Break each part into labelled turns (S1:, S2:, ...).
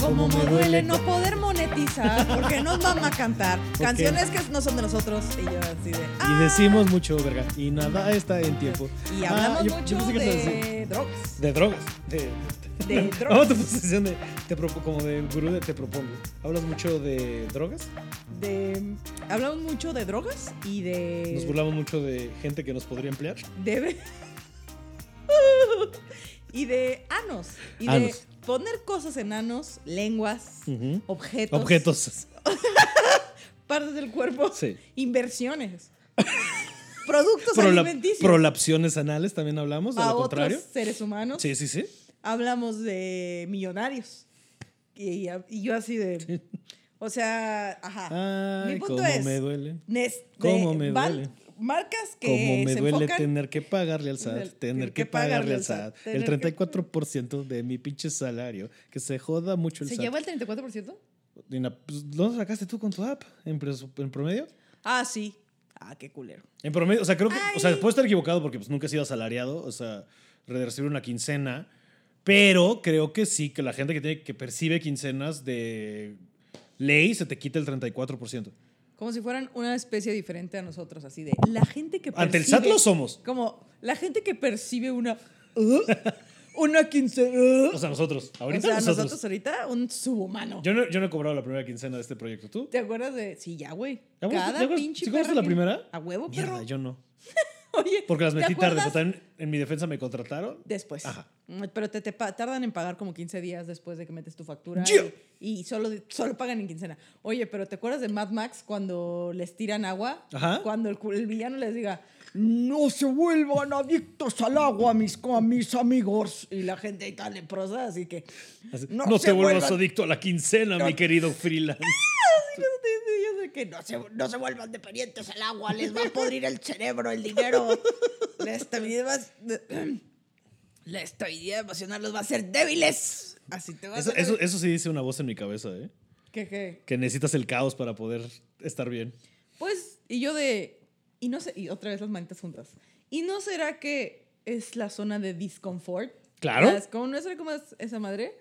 S1: como me duele no poder monetizar porque nos mama cantar canciones que no son de nosotros y yo así de "Ah,
S2: Y decimos mucho, verga. Y nada está en tiempo.
S1: y
S2: Ah,
S1: hablamos
S2: yo- yo
S1: mucho
S2: pensé que ibas a decir-
S1: de drogas
S2: De drogas. De,
S1: de
S2: Vamos a tu
S1: drogas
S2: posición de. Te propo- como de gurú de te propongo. ¿Hablas mucho de drogas?
S1: de hablamos mucho de drogas y de
S2: Nos burlamos mucho de gente que nos podría emplear.
S1: Debe. y de anos. Y
S2: Anos.
S1: de poner cosas en anos, lenguas,
S2: Ujú.
S1: objetos,
S2: Objetos.
S1: partes del cuerpo,
S2: Sí.
S1: inversiones, productos
S2: Prola-
S1: alimenticios.
S2: prolapsiones anales también hablamos, de
S1: a
S2: lo
S1: otros
S2: contrario.
S1: seres humanos.
S2: Sí, sí, sí.
S1: Hablamos de millonarios. Y, y yo así de... O sea, ajá.
S2: Ay,
S1: Ah, Mi punto
S2: cómo
S1: es...
S2: me duele.
S1: nes- de-
S2: Ah, cómo me
S1: van
S2: duele.
S1: Marcas que
S2: Cómo me
S1: se
S2: duele
S1: enfocan
S2: tener que pagarle al SAT,
S1: el-
S2: tener que pagarle al SAT. El
S1: tener que-
S2: 34% de mi pinche salario, que se joda mucho el
S3: ¿Se
S2: SAT.
S3: lleva el 34%?
S2: Dina, pues, ¿Lo sacaste tú con tu app en, presu- en promedio?
S1: Ah, sí. Ah, qué culero.
S2: En promedio, o sea, creo que, o sea,
S1: Ay.
S2: puedo estar equivocado porque pues, nunca he sido asalariado, o sea, re- recibir una quincena, pero creo que sí, que la gente que, tiene, que percibe quincenas de ley se te quita el 34%.
S1: Como si fueran una especie diferente a nosotros, así de la gente que percibe.
S2: Ante el SAT lo somos.
S1: Como la gente que percibe una. ¿eh? una quincena.
S2: O sea, nosotros, ahorita
S1: O sea,
S2: nosotros.
S1: ahorita un subhumano.
S2: Yo, no, yo no he cobrado la primera quincena de este proyecto, ¿tú?
S1: ¿Te acuerdas de.? Sí, ya, güey.
S2: ¿Ya cobraste-
S1: Cada
S2: ya cobraste-
S1: pinche.
S2: sí cobraste
S1: perra
S2: la
S1: que-
S2: primera?
S1: A huevo, perro.
S2: Mierda, yo no.
S1: Oye.
S2: Porque las
S1: ¿te
S2: metí tarde, o sea,
S1: acuerdas?
S2: también en mi defensa me contrataron.
S1: Después. Mm,
S2: Ajá.
S1: Pero te, te pa- tardan en pagar como 15 días después de que metes tu factura.
S2: Yeah.
S1: Y, y solo, solo pagan en quincena. Oye, pero ¿te acuerdas de Mad Max cuando les tiran agua?
S2: Ajá.
S1: Cuando el, cu- el villano les diga, no se vuelvan adictos al agua, mis, co- mis amigos. Y la gente ahí tan leprosa, así que...
S2: Así,
S1: No
S2: no,
S1: se
S2: te vuelvas
S1: vuelvan-
S2: adicto a la quincena, mi querido freelance.
S1: Yo sé que no se, no se vuelvan dependientes al agua, les va a podrir el cerebro, el dinero. La estabilidad, vas- la estabilidad emocional los va a hacer débiles. Así te vas
S2: Eso,
S1: a...
S2: eso, eso sí dice una voz en mi cabeza, ¿eh?
S1: ¿Qué, qué?
S2: Que necesitas el caos para poder estar bien.
S1: Pues, y yo de... Y no sé, y otra vez las manitas juntas. ¿Y no será que es la zona de disconfort?
S2: Claro.
S1: Las- ¿Cómo no será como es esa madre?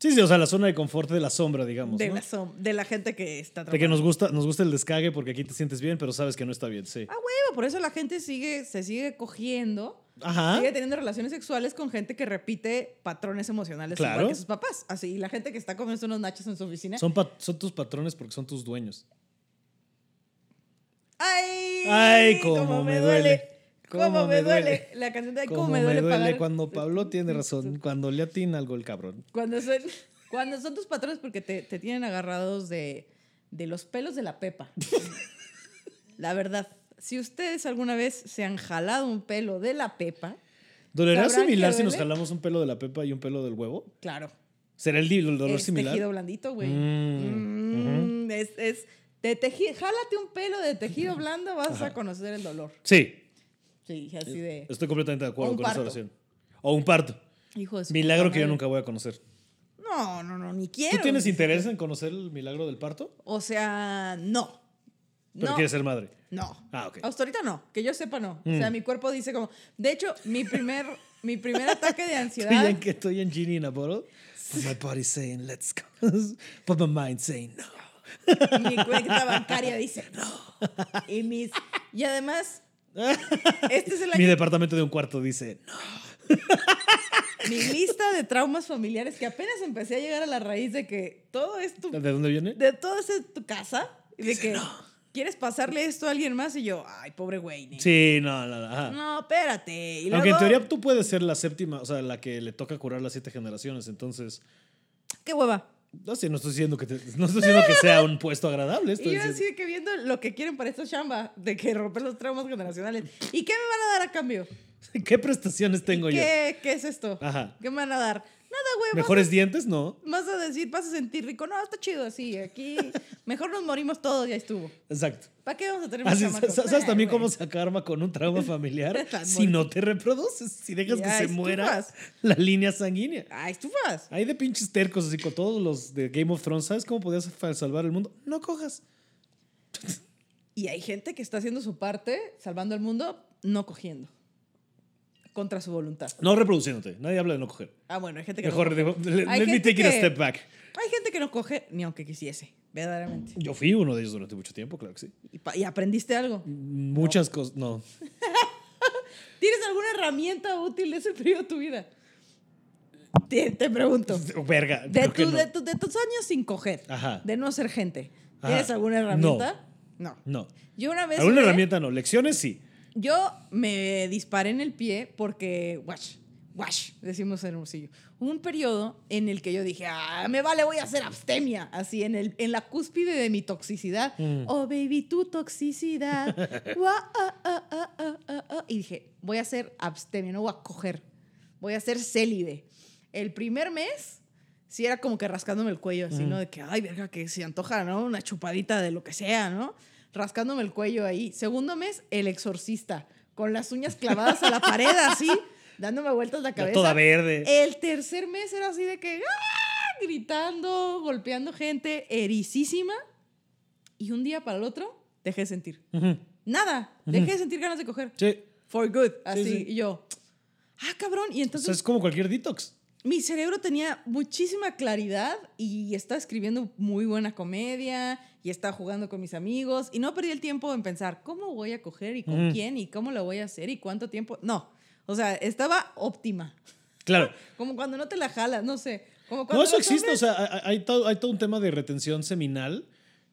S2: Sí, sí, o sea, la zona de confort de la sombra, digamos,
S1: De,
S2: ¿no?
S1: la som- de la gente que está
S2: De que
S1: trabajando.
S2: nos gusta, nos gusta el descague porque aquí te sientes bien, pero sabes que no está bien, sí.
S1: Ah, huevo, por eso la gente sigue, se sigue cogiendo.
S2: Ajá.
S1: Sigue teniendo relaciones sexuales con gente que repite patrones emocionales igual
S2: Claro.
S1: que sus papás. Así, y la gente que está comiendo unos nachos en su oficina.
S2: Son, pa- son tus patrones porque son tus dueños.
S1: ¡Ay!
S2: Ay, cómo me duele.
S1: ¡Cómo, me duele! La canción de ay, cómo me duele, pagar-
S2: cuando Pablo tiene razón, cuando le atina algo el cabrón.
S1: Cuando son, cuando son tus patrones porque te, te tienen agarrados de, de los pelos de la pepa. la verdad, si ustedes alguna vez se han jalado un pelo de la pepa,
S2: ¿Dolerá
S1: ¿Sabrán que
S2: similar si nos
S1: duele?
S2: jalamos un pelo de la pepa y un pelo del huevo?
S1: claro,
S2: ¿Será el, di- el dolor
S1: es
S2: similar?
S1: tejido blandito, güey.
S2: Mm,
S1: Mm, Es, es de tejido, jálate un pelo de tejido blando, vas a conocer el dolor.
S2: Sí,
S1: Sí, así de.
S2: estoy completamente de
S1: O
S2: acuerdo
S1: un
S2: con esa
S1: parto.
S2: oración. O un parto.
S1: Hijo de su
S2: Milagro
S1: puta
S2: que yo
S1: madre.
S2: nunca voy a conocer.
S1: No, no, no, ni quiero.
S2: ¿Tú tienes interés en conocer el milagro del parto?
S1: O sea, no.
S2: Pero
S1: no.
S2: quieres ser madre.
S1: No.
S2: Ah, ok. Mm.
S1: Hasta ahorita no, que yo sepa no. O sea, mi cuerpo dice como, de hecho, mi primer, mi primer ataque de
S2: Estoy
S1: ansiedad,
S2: en, estoy en Genie in a Bottle. pues But my body's saying let's go. But my mind saying no.
S1: mi cuenta bancaria dice no. Y mis y además este es el
S2: Mi
S1: año,
S2: departamento de un cuarto dice no.
S1: mi lista de traumas familiares que apenas empecé a llegar a la raíz de que todo esto
S2: ¿De dónde viene?
S1: de todo es en tu casa y de que quieres pasarle esto a alguien más y yo, ay, pobre güey. nene.
S2: Sí, no, no, no. ajá.
S1: No, espérate. Y
S2: Aunque en
S1: luego,
S2: teoría tú puedes ser la séptima, o sea, la que le toca curar las siete generaciones. Entonces,
S1: qué hueva.
S2: no sé, no estoy diciendo que, te- no estoy diciendo que sea un puesto agradable. Estoy
S1: Y yo
S2: diciendo-
S1: así que viendo lo que quieren para esta chamba, de que romper los traumas generacionales. ¿Y qué me van a dar a cambio?
S2: ¿Qué prestaciones tengo yo?
S1: ¿Qué, qué es esto?
S2: Ajá.
S1: ¿Qué me van a dar? Nada, güey. vas
S2: ¿Mejores dientes? No.
S1: a- Vas a decir, vas a sentir rico. No, está chido así. Aquí mejor nos morimos todos, ya estuvo.
S2: Exacto.
S1: ¿Para qué vamos a tener más
S2: Así,
S1: chamacos?
S2: sa- Ah, ¿Sabes
S1: Eh,
S2: también
S1: güey.
S2: cómo sacar karma con un trauma familiar?
S1: Tan
S2: si
S1: bonito.
S2: no te reproduces, si dejas
S1: Ya,
S2: que se
S1: estufas.
S2: muera la línea sanguínea.
S1: Ah, estufas.
S2: Hay de pinches tercos, así con todos los de Game of Thrones. ¿Sabes cómo podías fa- salvar el mundo? No cojas.
S1: Y hay gente que está haciendo su parte, salvando al mundo, no cogiendo. contra su voluntad.
S2: No reproduciéndote. Nadie habla de no coger.
S1: Ah, bueno, hay gente que
S2: Mejor,
S1: no
S2: digo,
S1: coge.
S2: le-
S1: Hay
S2: let me
S1: gente
S2: take it a
S1: que-
S2: step back.
S1: Hay gente que no coge ni aunque quisiese, verdaderamente.
S2: Yo fui uno de ellos durante mucho tiempo, claro que sí.
S1: ¿Y, pa- y aprendiste algo?
S2: Muchas cosas. No.
S1: ¿Tienes alguna herramienta útil de ese periodo de tu vida? Te, te pregunto.
S2: Verga.
S1: De,
S2: creo que
S1: tu-
S2: no.
S1: de tu- de tus años sin coger,
S2: Ajá.
S1: de no ser gente,
S2: Ajá.
S1: ¿tienes alguna herramienta? No.
S2: No.
S1: Yo una vez.
S2: Alguna
S1: me-
S2: herramienta no. Lecciones sí.
S1: Yo me disparé en el pie porque, wash, wash, decimos en Hermosillo. Hubo un periodo en el que yo dije, ah, me vale, voy a hacer abstemia. Así, en, el, en la cúspide de mi toxicidad.
S2: Mm.
S1: Oh, baby, tu toxicidad. Gua- ah, ah, ah, ah, ah, ah. Y dije, voy a hacer abstemia, no voy a coger. Voy a ser célibe. El primer mes, sí era como que rascándome el cuello, así,
S2: Ujú.
S1: ¿no? De que, ay, verga, que se antoja, ¿no? Una chupadita de lo que sea, ¿no? Rascándome el cuello ahí. Segundo mes, el exorcista, con las uñas clavadas a la pared, así, dándome vueltas la
S2: La
S1: cabeza. Eh,
S2: toda verde.
S1: El tercer mes era así de que ¡ah! gritando, golpeando gente, ericísima. Y un día para el otro, dejé de sentir.
S2: Ujú.
S1: Nada, dejé de sentir ganas de coger.
S2: Sí.
S1: For good, así.
S2: sí.
S1: Y yo, ah, cabrón. Y
S2: O
S1: entonces
S2: sea, es como cualquier detox.
S1: mi cerebro tenía muchísima claridad y estaba escribiendo muy buena comedia y estaba jugando con mis amigos y no perdí el tiempo en pensar cómo voy a coger y con
S2: Ujú.
S1: quién y cómo lo voy a hacer y cuánto tiempo. No, o sea, estaba óptima.
S2: Claro.
S1: Como cuando no te la jalas, no sé. Como cuando
S2: No, eso
S1: los
S2: existe. O
S1: hombres-
S2: sea, hay- hay todo, hay todo un tema de retención seminal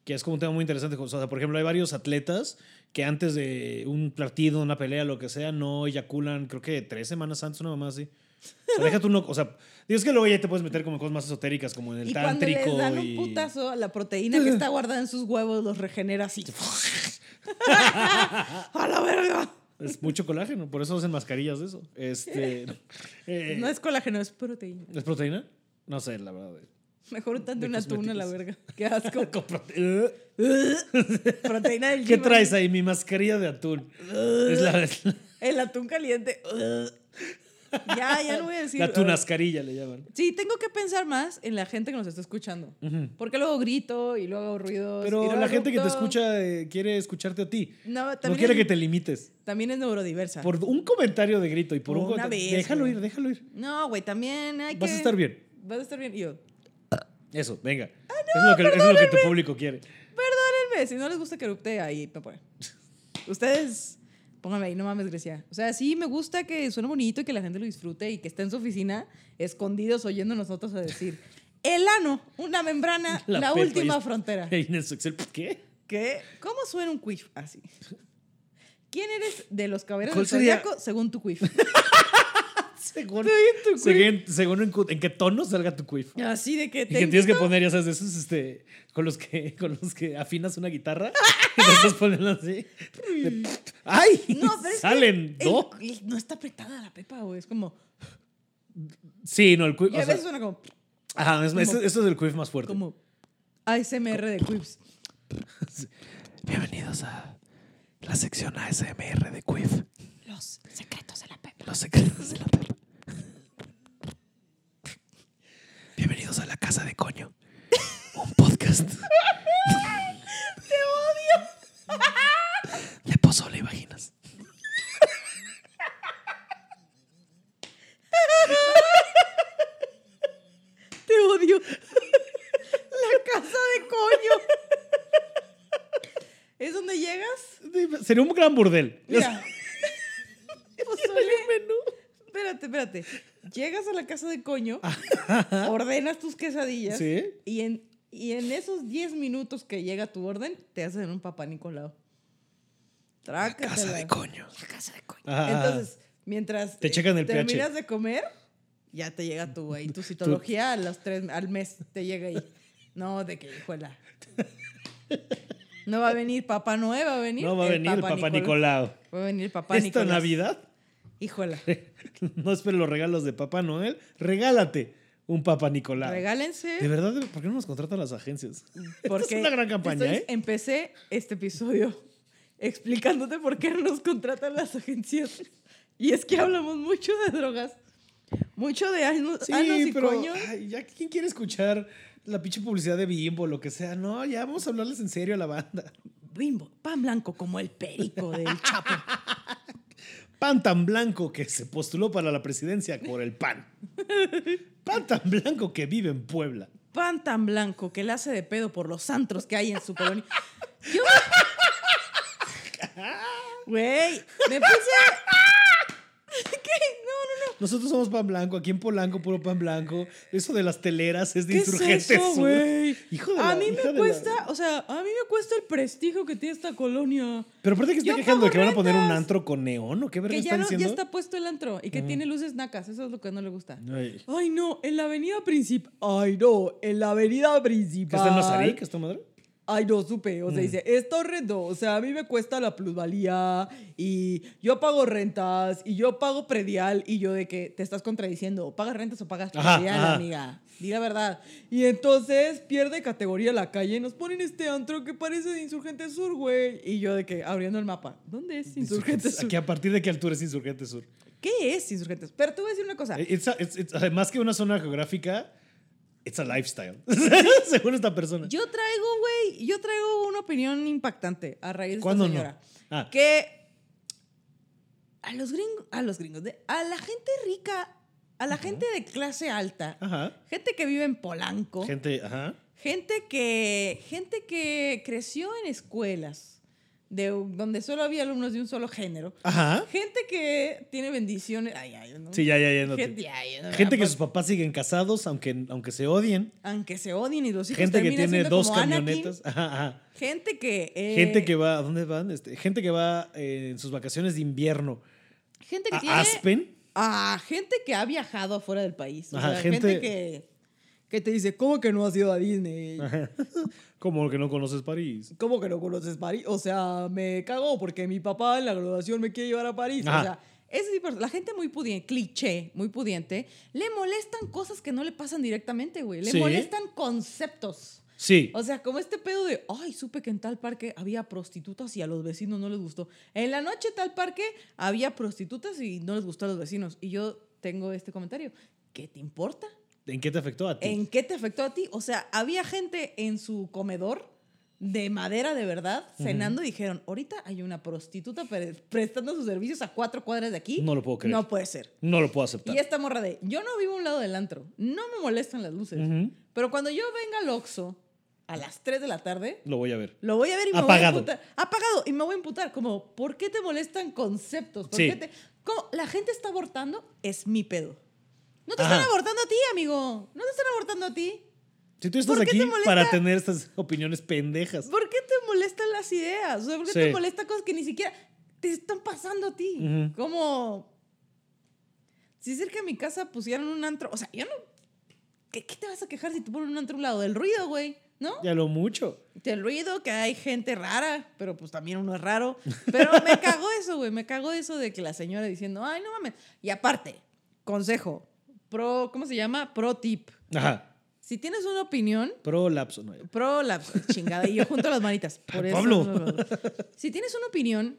S2: que es como un tema muy interesante. O sea, por ejemplo, hay varios atletas que antes de un partido, una pelea, lo que sea, no eyaculan, creo que tres semanas antes, una mamá así. O sea, déjate uno. O sea, dices que luego ya te puedes meter como en cosas más esotéricas, como en el
S1: y cuando
S2: tántrico.
S1: les dan un
S2: y-
S1: putazo, la proteína que está guardada en sus huevos los regenera así. ¡A la verga!
S2: Es mucho colágeno, por eso hacen mascarillas de eso. Este, eh,
S1: No es colágeno, es proteína.
S2: ¿Es proteína? No sé, la verdad.
S1: Mejor un tanto
S2: de
S1: una tuna a la verga. Qué asco.
S2: Con prote-
S1: proteína del
S2: ¿Qué
S1: gym,
S2: traes
S1: así.
S2: ahí? Mi mascarilla de atún. Es la, es la,
S1: El atún caliente. ya, ya no voy a decir.
S2: la tunascarilla le llaman.
S1: Sí, tengo que pensar más en la gente que nos está escuchando.
S2: Ujú.
S1: Porque luego grito y luego hago ruidos. y
S2: Pero
S1: luego
S2: la gente que te
S1: eructo.
S2: escucha eh, quiere escucharte a ti.
S1: No,
S2: No
S1: también
S2: quiere
S1: es-
S2: que te limites.
S1: También es neurodiversa.
S2: Por un comentario de grito y por un
S1: Una
S2: comentario.
S1: vez,
S2: Déjalo
S1: güey.
S2: ir, déjalo ir.
S1: No, güey, también hay que.
S2: Vas a estar bien.
S1: Vas a estar bien. Y yo,
S2: Eso, venga.
S1: Ah,
S2: es, lo que, es lo que tu público quiere.
S1: perdónenme, si no les gusta que erupte, ahí me ponen. Ustedes, pónganme ahí, no mames, Grecia. O sea, sí me gusta que suene bonito y que la gente lo disfrute y que esté en su oficina escondidos oyendo nosotros a decir. El ano, una membrana, la,
S2: pepa y
S1: última
S2: es-
S1: frontera.
S2: Y en su Excel, ¿qué?
S1: ¿Qué? ¿Cómo suena un quiff así? ¿Quién eres de los caballeros
S2: ¿Cuál
S1: del
S2: sería?
S1: Zodiaco según tu quiff?
S2: Según,
S1: Estoy en tu
S2: según, según en, cu- en qué tono salga tu quiff.
S1: Así de que
S2: Y
S1: te
S2: que tienes que
S1: invito-
S2: poner, ya sabes, de esos este, con, los que, con los que afinas una guitarra y después ponen así. de- ¡Ay!
S1: No, pero es que
S2: salen
S1: el-
S2: dos.
S1: el- no está apretada la pepa, güey. Es como.
S2: Sí, no, el quiff.
S1: Y a veces suena como.
S2: ajá, es-
S1: como-
S2: ese- ese es el quiff más fuerte.
S1: como ASMR de quips.
S2: Bienvenidos a la sección ASMR de Quiff.
S1: Los secretos de la pepa.
S2: Los secretos de la perra. Bienvenidos a la casa de coño. Un podcast. ¡Te odio! De pozole y vaginas.
S1: Te odio. la casa de coño. ¿Es donde llegas?
S2: Sería un gran burdel.
S1: Mira. Pozole. Pues Espérate, espérate. Llegas a la casa de coño, ordenas tus quesadillas
S2: Sí.
S1: y, en, y en esos 10 minutos que llega tu orden, te hacen un papá Nicolau. Trácatela.
S2: Casa de coño.
S1: La casa de coño.
S2: Ajá.
S1: Entonces, mientras eh,
S2: Te checan el pH.
S1: terminas de comer, ya te llega tu, ahí, tu citología a los tres, al mes te llega ahí. No, de que hijuela. No va a venir papá, no eh, va a venir.
S2: No va a
S1: el
S2: venir el Papá
S1: Nicolau.
S2: Nicolau.
S1: Va a venir papá
S2: Esta
S1: Nicolás.
S2: Navidad,
S1: Híjola.
S2: no esperen los regalos de Papá Noel. Regálate un Papá Nicolau. De
S1: Regálense.
S2: verdad, ¿por qué no nos contratan las agencias?
S1: Ah, Porque
S2: Esta es una gran campaña,
S1: estoy-
S2: ¿eh?
S1: Empecé este episodio explicándote por qué no nos contratan las agencias. Y es que hablamos mucho de drogas. Mucho de anos,
S2: Sí,
S1: anos y
S2: pero
S1: coños.
S2: ay, ya quién quiere escuchar la pinche publicidad de Bimbo, lo que sea. No, ya vamos a hablarles en serio a la banda.
S1: Bimbo, pan blanco como el perico del Chapo.
S2: Pan tan blanco que se postuló para la presidencia por el pan. Pan tan blanco que vive en Puebla.
S1: Pan tan blanco que le hace de pedo por los antros que hay en su colonia. Yo- Güey, me puse. ¿Qué? No, no, no.
S2: Nosotros somos pan blanco, aquí en Polanco, puro pan blanco. Eso de las teleras es de
S1: ¿Qué es
S2: insurgentes.
S1: eso,
S2: Sur.
S1: güey?
S2: Hijo de
S1: A
S2: la-
S1: mí
S2: hija de
S1: me
S2: la-
S1: cuesta, o sea, a mí me cuesta el prestigio que tiene esta colonia.
S2: Pero aparte que está
S1: Yo
S2: quejando de que van a
S1: pago
S2: poner un
S1: rentas.
S2: antro con neón o qué verga
S1: Que ya,
S2: están
S1: no, ya
S2: diciendo. Ah.
S1: está puesto el antro y que tiene luces nacas. Eso es lo que no le gusta.
S2: Ay.
S1: Ay, no, en la avenida principal. Ay, no, en la avenida
S2: ¿Que
S1: principal.
S2: está en Mazarik, esta madre?
S1: Ay, no supe. O sea, dice, está horrendo. O sea, a mí me cuesta la plusvalía y yo pago rentas y yo pago predial y yo de que te estás contradiciendo. ¿Pagas rentas o pagas
S2: Ajá,
S1: predial,
S2: ajá.
S1: amiga? Di la verdad. Y entonces pierde categoría la calle y nos ponen este antro que parece de Insurgente Sur, güey. Y yo de que, abriendo el mapa, ¿dónde es Insurgente Sur?
S2: Aquí, ¿A partir de qué altura es Insurgente Sur? Eh,
S1: ¿Qué es Insurgente Sur? Pero te voy a decir una cosa.
S2: It's a- it's- it's- además que una zona geográfica, it's a lifestyle. Según esta persona.
S1: Yo traigo, güey, yo traigo una opinión impactante a raíz de esta
S2: ¿Cuándo no?
S1: señora.
S2: Ah.
S1: Que a los gringos, a los gringos, de- a la gente rica, a la gente de clase alta,
S2: Ajá.
S1: gente que vive en Polanco, gente,
S2: Gente, ajá.
S1: que gente que creció en escuelas de donde solo había alumnos de un solo género,
S2: Ajá.
S1: gente que tiene bendiciones, ay, ay, ¿no?
S2: Sí, ya, ya, ya. no te-
S1: gente, ay, no,
S2: Gente que
S1: pues,
S2: sus papás siguen casados, aunque, aunque se odien.
S1: aunque se odien y los hijos
S2: Gente que
S1: terminan pues
S2: tiene
S1: siendo
S2: dos
S1: como Anakin,
S2: camionetas. Ajá, ajá.
S1: gente que eh,
S2: Gente que va, ¿a dónde van? Este, gente que va eh, en sus vacaciones de invierno
S1: Gente que tiene.
S2: a Aspen.
S1: A gente que ha viajado afuera del país. O
S2: Ajá,
S1: sea, gente,
S2: gente-
S1: que, que te dice, ¿cómo que no has ido a Disney?
S2: Como que no conoces París.
S1: ¿Cómo que no conoces París? O sea, me cago porque mi papá en la graduación me quiere llevar a París.
S2: Ajá.
S1: O sea, ese tipo de- la gente muy pudiente, cliché, muy pudiente, le molestan cosas que no le pasan directamente, güey. Le
S2: Sí.
S1: molestan conceptos.
S2: Sí.
S1: O sea, como este pedo de, ay, supe que en tal parque había prostitutas y a los vecinos no les gustó. En la noche tal parque había prostitutas y no les gustó a los vecinos. Y yo tengo este comentario, ¿qué te importa?
S2: ¿En qué te afectó a ti?
S1: ¿En qué te afectó a ti? O sea, había gente en su comedor de madera de verdad cenando y dijeron, ahorita hay una prostituta pre- prestando sus servicios a cuatro cuadras de aquí.
S2: No lo puedo creer.
S1: No puede ser.
S2: No lo puedo aceptar.
S1: Y esta morra de, yo no vivo a un lado del antro, no me molestan las luces,
S2: Ujú.
S1: pero cuando yo venga al Oxxo a las 3 de la tarde,
S2: Lo voy a ver.
S1: lo voy a ver y me
S2: Apagado.
S1: voy a imputar. Apagado. Y me voy a imputar. Como, ¿por qué te molestan conceptos? ¿Por
S2: Sí.
S1: qué te- ¿Cómo? ¿La gente está abortando? Es mi pedo. No te
S2: Ajá.
S1: están abortando a ti, amigo. No te están abortando a ti.
S2: Si tú estás
S1: ¿Por qué
S2: aquí
S1: te molesta?
S2: para tener estas opiniones pendejas.
S1: ¿Por qué te molestan las ideas? O sea, ¿Por qué
S2: Sí.
S1: te molestan cosas que ni siquiera te están pasando a ti?
S2: Ujú.
S1: Como... Si cerca de mi casa pusieran un antro... O sea, yo no... ¿Qué, qué te vas a quejar si te ponen un antro a un lado? Del ruido, güey. ¿No?
S2: Ya lo mucho.
S1: del ruido, que hay gente rara, pero pues también uno es raro. Pero me cagó eso, güey, me cagó eso de que la señora diciendo, ay, no mames. Y aparte, consejo, pro, ¿cómo se llama? Pro tip.
S2: Ajá.
S1: Si tienes una opinión,
S2: Prolapso. No,
S1: pro la chingada, y yo junto las manitas. Por eso,
S2: Pablo.
S1: no, no, no. Si tienes una opinión,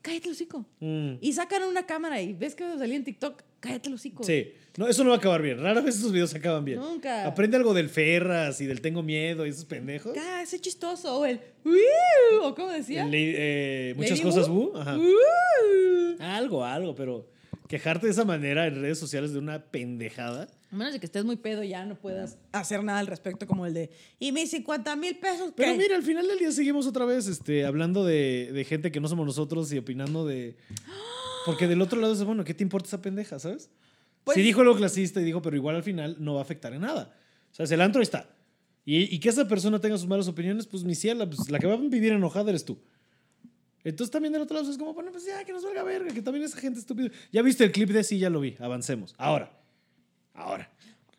S1: cállate el hocico.
S2: Mm.
S1: Y sacan una cámara y ves que salía en TikTok, cállate el hocico.
S2: Sí. No, eso no va a acabar bien. Rara vez esos videos acaban bien.
S1: Nunca.
S2: Aprende algo del Ferras y del Tengo Miedo y esos pendejos.
S1: Ah, ese chistoso, o el, "Uiu", o como decía.
S2: El Lady- eh, muchas
S1: Lady
S2: cosas,
S1: Wu.
S2: Wu. Ajá.
S1: "Uiu".
S2: Algo, algo, pero quejarte de esa manera en redes sociales de una pendejada.
S1: A menos de que estés muy pedo y ya no puedas hacer nada al respecto, como el de, y mis 50 mil pesos.
S2: Pero
S1: ¿qué?".
S2: mira, al final del día seguimos otra vez este, hablando de, de gente que no somos nosotros y opinando de. Porque del otro lado es, bueno, ¿qué te importa esa pendeja, sabes?
S1: Pues-
S2: si dijo lo clasista y dijo, pero igual al final no va a afectar en nada. O sea, el antro ahí está. Y, y que esa persona tenga sus malas opiniones, pues mi ciela, pues, la que va a vivir enojada eres tú. Entonces también del otro lado es como, bueno, pues ya, que nos valga verga, que también esa gente estúpida. Ya viste el clip de sí, ya lo vi, avancemos. Ahora, ahora.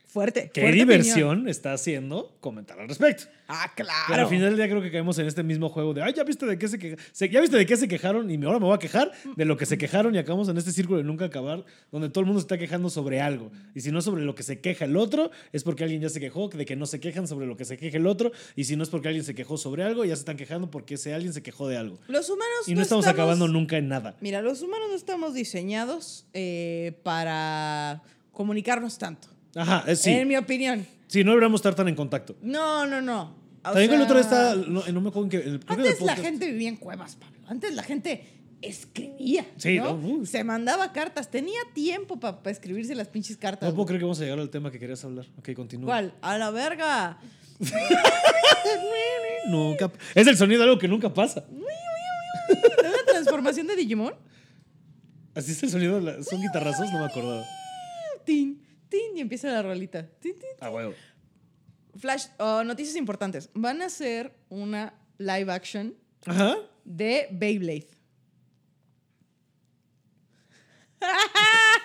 S1: Fuerte.
S2: ¿Qué
S1: fuerte
S2: diversión
S1: opinión.
S2: está haciendo comentar al respecto?
S1: Ah,
S2: Pero
S1: claro.
S2: al final del día creo que caemos en este mismo juego de, ay, ya viste de qué se, queja- se- ya viste de qué se quejaron y me- ahora me voy a quejar de lo que se quejaron y acabamos en este círculo de nunca acabar, donde todo el mundo se está quejando sobre algo. Y si no es sobre lo que se queja el otro, es porque alguien ya se quejó de que no se quejan sobre lo que se queja el otro. Y si no es porque alguien se quejó sobre algo, ya se están quejando porque ese alguien se quejó de algo.
S1: Los humanos.
S2: Y no, estamos, acabando nunca en nada.
S1: Mira, los humanos no estamos diseñados eh, para comunicarnos tanto.
S2: Ajá, eh, sí.
S1: En mi opinión.
S2: Sí, no deberíamos estar tan en contacto.
S1: No, no, no. O
S2: También con el otro
S1: sea,
S2: está, no, no me acuerdo en qué... el- creo que en el
S1: Antes la
S2: podcast-
S1: gente vivía en cuevas, Pablo. Antes la gente escribía.
S2: Sí,
S1: ¿no?
S2: ¿no? Uy.
S1: Se mandaba cartas. Tenía tiempo para escribirse las pinches cartas.
S2: No puedo
S1: güey.
S2: creer que vamos a llegar al tema que querías hablar. Ok, continúa.
S1: ¿Cuál? A la verga.
S2: Nunca. Es el sonido de algo que nunca pasa.
S1: ¿Es la transformación de Digimon?
S2: Así es el sonido. de la- Son guitarrazos, no me acordaba.
S1: Tin, tin, y empieza la rolita. Tin, tin.
S2: Ah, huevo.
S1: Flash, oh, noticias importantes. Van a hacer una live action
S2: Ajá.
S1: de Beyblade.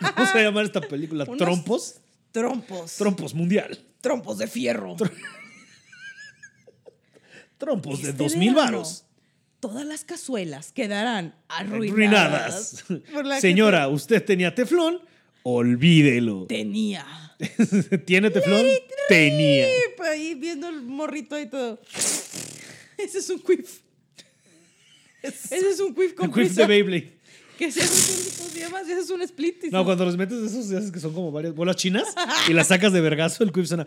S2: Vamos a llamar esta película
S1: Unos-
S2: Trompos.
S4: Trompos.
S2: Trompos Mundial.
S4: trompos de fierro.
S2: Trompos de
S1: Este
S2: 2000
S1: verano,
S2: varos.
S1: Todas las cazuelas quedarán arruinadas.
S2: Arruinadas.
S1: por la que
S2: Señora, usted tenía teflón. Olvídelo.
S4: Tenía.
S2: ¿Tiene teflón? Tenía.
S1: te- Por pues, Ahí viendo el morrito y todo. Ese es un quiff. Ese es un quiff con
S2: El quiff de
S1: prisa.
S2: Beyblade.
S1: Que se hace ¿cómo se llama? Ese es un split. y
S2: No,
S1: se-
S2: cuando los metes esos, ya haces que son como varias bolas chinas y las sacas de vergazo, el quiff suena.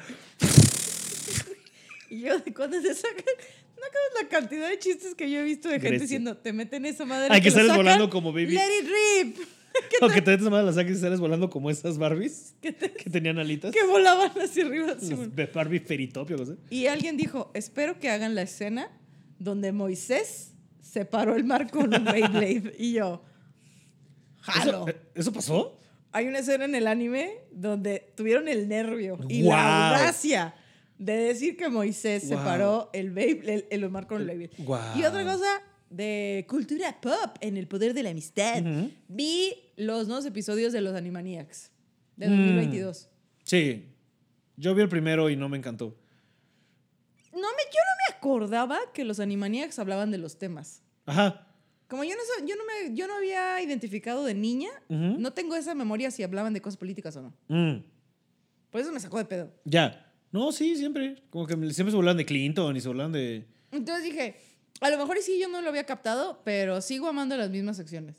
S1: Y yo, de cuando se sacan. No acabas la cantidad de chistes que yo he visto de gente
S2: Grecia.
S1: diciendo, te meten esa madre.
S2: Ay,
S1: te
S2: que
S1: lo
S2: sales
S1: sacan,
S2: volando como baby.
S1: Let it rip.
S2: O que te metes más las sacas y sales volando como esas Barbies que tenían alitas.
S1: Que volaban hacia arriba. así,
S2: Las
S1: bueno.
S2: de Barbie Feritopio, no sé.
S1: Y alguien dijo, espero que hagan la escena donde Moisés separó el mar con un Beyblade. Y yo, jalo.
S2: ¿Eso, eh, ¿eso pasó?
S1: Hay una escena en el anime donde tuvieron el nervio y la
S2: ¡Guau!
S1: audacia de decir que Moisés
S2: ¡Guau!
S1: separó el, Beyblade- el, el mar con el Beyblade.
S2: ¡Guau!
S1: Y otra cosa de cultura pop en el poder de la amistad.
S2: Ujú.
S1: Vi los nuevos episodios de los Animaniacs de
S2: Mm.
S1: 2022.
S2: Sí. Yo vi el primero y no me encantó.
S1: No me, yo no me acordaba que los Animaniacs hablaban de los temas.
S2: Ajá.
S1: Como yo no, sab- yo no, me, yo no había identificado de niña,
S2: Ujú.
S1: no tengo esa memoria si hablaban de cosas políticas o no.
S2: Mm,
S1: Por eso me sacó de pedo.
S2: ya. No, sí, siempre. Como que me- siempre se burlan de Clinton y se burlan de.
S1: Entonces dije, a lo mejor y sí yo no lo había captado, pero sigo amando las mismas secciones.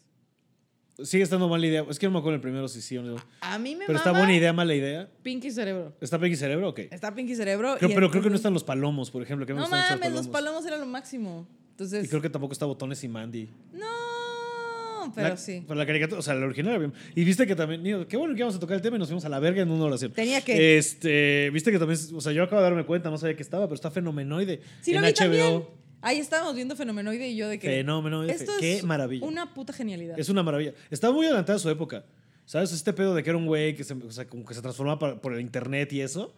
S2: Sigue estando mala idea. Es que no me acuerdo el primero si sí o no.
S1: A mí me
S2: Pero está
S1: mama
S2: buena idea, mala idea.
S1: Pinky Cerebro.
S2: ¿Está Peggy Cerebro? Ok.
S1: Está Pinky Cerebro.
S2: Creo-
S1: y
S2: pero creo que no
S1: entonces-
S2: están los palomos, por ejemplo. Que me
S1: No
S2: gustan mucho
S1: mames, los palomos eran lo máximo.
S2: Y
S1: Entonces,
S2: creo que tampoco está Botones y Mandy.
S1: no, pero
S2: La-
S1: sí.
S2: Pero la caricatura, o sea, la original era bien. Y viste que también, digo, qué bueno que íbamos a tocar el tema y nos fuimos a la verga en una oración.
S1: Tenía que.
S2: Este, viste que también, o sea, yo acabo de darme cuenta, no sabía que estaba, pero está fenomenoide.
S1: Sí, lo
S2: en
S1: vi también.
S2: HBO.
S1: Ahí estábamos viendo Fenomenoide y yo de que...
S2: Fenomenoide.
S1: Esto
S2: qué
S1: es
S2: maravilla.
S1: una puta genialidad.
S2: Es una maravilla. Estaba muy adelantada a su época. ¿Sabes? Este pedo de que era un güey que se, o sea, como que se transformaba para- por el internet y eso.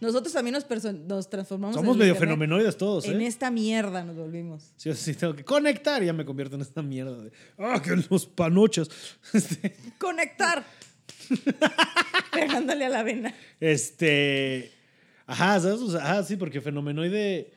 S1: Nosotros también nos, perso- nos transformamos en
S2: Somos
S1: el
S2: medio
S1: internet.
S2: fenomenoides todos,
S1: En
S2: ¿eh?
S1: esta mierda nos volvimos.
S2: Sí, sí, tengo que conectar y ya me convierto en esta mierda de. ¡Ah, que los panochos! Este.
S1: ¡Conectar! Pegándole a la vena.
S2: Este. Ajá, ¿sabes? O sea, ajá, sí, porque fenomenoide.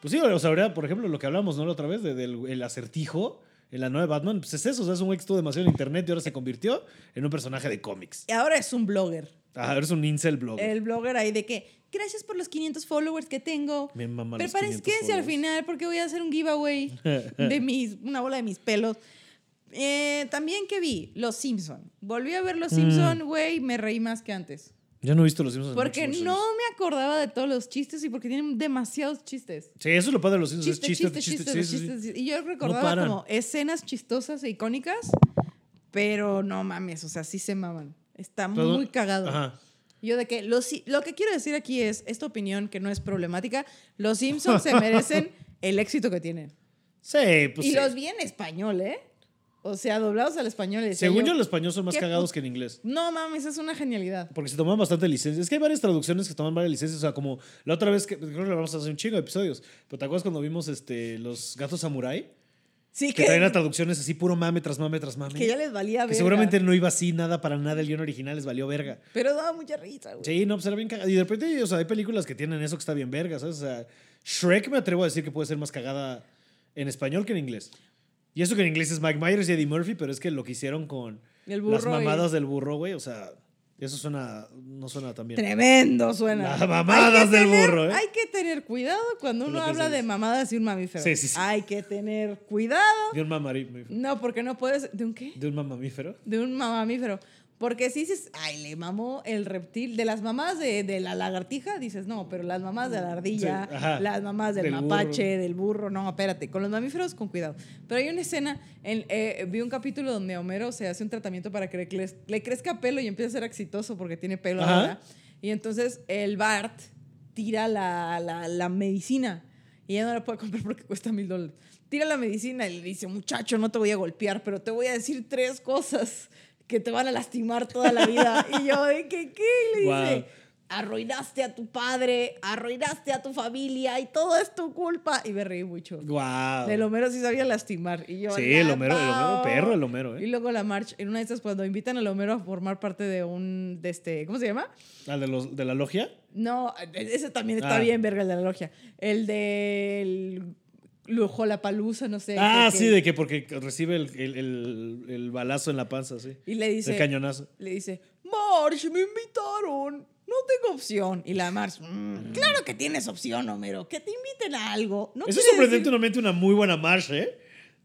S2: Pues sí, o sea, ahora, por ejemplo, lo que hablamos, ¿no? La otra vez, de- del el acertijo en la nueva Batman, pues es eso, o sea, es un güey que estuvo demasiado en internet y ahora se convirtió en un personaje de cómics.
S1: Y ahora es un blogger.
S2: Ajá, eres un incel blog.
S1: El blogger ahí de que, gracias por los 500 followers que tengo.
S2: Me maman
S1: Pero
S2: los
S1: parece
S2: 500
S1: que si al
S2: followers.
S1: final porque voy a hacer un giveaway de mis, una bola de mis pelos. Eh, también que vi Los Simpson. Volví a ver Los Simpson, güey, me reí más que antes.
S2: Ya no he visto Mm. los Simpsons. en
S1: Porque
S2: muchos, muchos
S1: no
S2: años.
S1: me acordaba de todos los chistes y porque tienen demasiados chistes.
S2: Sí, eso es lo padre de los Simpsons.
S1: Chistes,
S2: es chiste,
S1: chistes, chistes,
S2: chiste, sí,
S1: los
S2: sí, sí.
S1: chistes. Y yo recordaba
S2: paran.
S1: como escenas chistosas e icónicas, pero no mames, o sea, sí se maman. Está
S2: Todo-
S1: muy cagado.
S2: Ajá.
S1: Yo de que lo, si- lo que quiero decir aquí es esta opinión que no es problemática. Los Simpsons se merecen el éxito que tienen.
S2: Sí, pues.
S1: y
S2: sí.
S1: los vi en español, ¿eh? O sea, doblados al español. y decía
S2: Según yo, los españoles son más
S1: ¿Qué
S2: cagados
S1: pu-
S2: que en inglés.
S1: No mames, es una genialidad.
S2: Porque se toman bastante licencia. Es que hay varias traducciones que toman varias licencias. O sea, como la otra vez que creo que le vamos a hacer un chingo de episodios. Pero te acuerdas cuando vimos este, los gatos samurái?
S1: Sí,
S2: Que
S1: que,
S2: traen a traducciones así puro mame tras mame tras mame.
S1: que ya les valía
S2: Que
S1: ver.
S2: seguramente no iba así nada para nada. El guión original les valió verga.
S1: Pero daba mucha risa, güey.
S2: Sí, no, pues era bien cagado. Y de repente, o sea, hay películas que tienen eso que está bien verga, ¿sabes? O sea, Shrek me atrevo a decir que puede ser más cagada en español que en inglés. Y eso que en inglés es Mike Myers y Eddie Murphy, pero es que lo que hicieron con
S1: El
S2: las
S1: burro y-
S2: mamadas del burro, güey, o sea, eso suena, no suena tan bien.
S1: Tremendo suena.
S2: Las mamadas
S1: Hay que
S2: del
S1: tener-
S2: burro, ¿eh?
S1: Hay que tener cuidado cuando
S2: Con
S1: uno
S2: lo que
S1: habla
S2: dices.
S1: de mamadas y un mamífero.
S2: Sí, sí, sí.
S1: Hay que tener cuidado.
S2: De un mamarí-
S1: No, porque no puedes. ¿De un qué?
S2: de un mamamífero.
S1: De un mamífero. Porque si dices, ay, le mamó el reptil, de las mamás de, de la lagartija, dices, no, pero las mamás de la ardilla,
S2: Sí, ajá.
S1: las mamás del,
S2: Del
S1: mapache,
S2: burro.
S1: del burro, no, espérate, con los mamíferos con cuidado. Pero hay una escena, en- eh, vi un capítulo donde Homero se hace un tratamiento para que le, cres- le crezca pelo y empieza a ser exitoso porque tiene pelo
S2: Ajá.
S1: ahora. Y entonces el Bart tira la, la- la medicina y ya no la puede comprar porque cuesta mil dólares. Tira la medicina y le dice, muchacho, no te voy a golpear, pero te voy a decir tres cosas que te van a lastimar toda la vida. y yo, ¿de qué? ¿Qué? Y le
S2: Guau.
S1: dice, arruinaste a tu padre, arruinaste a tu familia y todo es tu culpa. Y me reí mucho.
S2: Guau.
S1: El Homero sí sabía lastimar. Y yo,
S2: Sí, el
S1: "Nah,
S2: Homero, el Homero
S1: pao".
S2: perro, el Homero,
S1: Y
S2: ¿eh?
S1: luego la marcha, en una de esas, cuando invitan al Homero a formar parte de un, de este, ¿cómo se llama?
S2: ¿Al de, los, de la logia?
S1: No, ese también está
S2: Ah.
S1: bien, verga, el de la logia. El del lujo, la palusa, no sé.
S2: ah,
S1: que-
S2: sí, de que porque recibe el, el- el- el balazo en la panza, sí.
S1: Y le dice,
S2: el cañonazo.
S1: le dice, Marge, me invitaron, no tengo opción. Y la Marge, "Mm, claro que tienes opción, Homero, que te inviten a algo. No
S2: Eso es
S1: quiere decir-
S2: sorprendente, una mente, una muy buena marcha, ¿eh?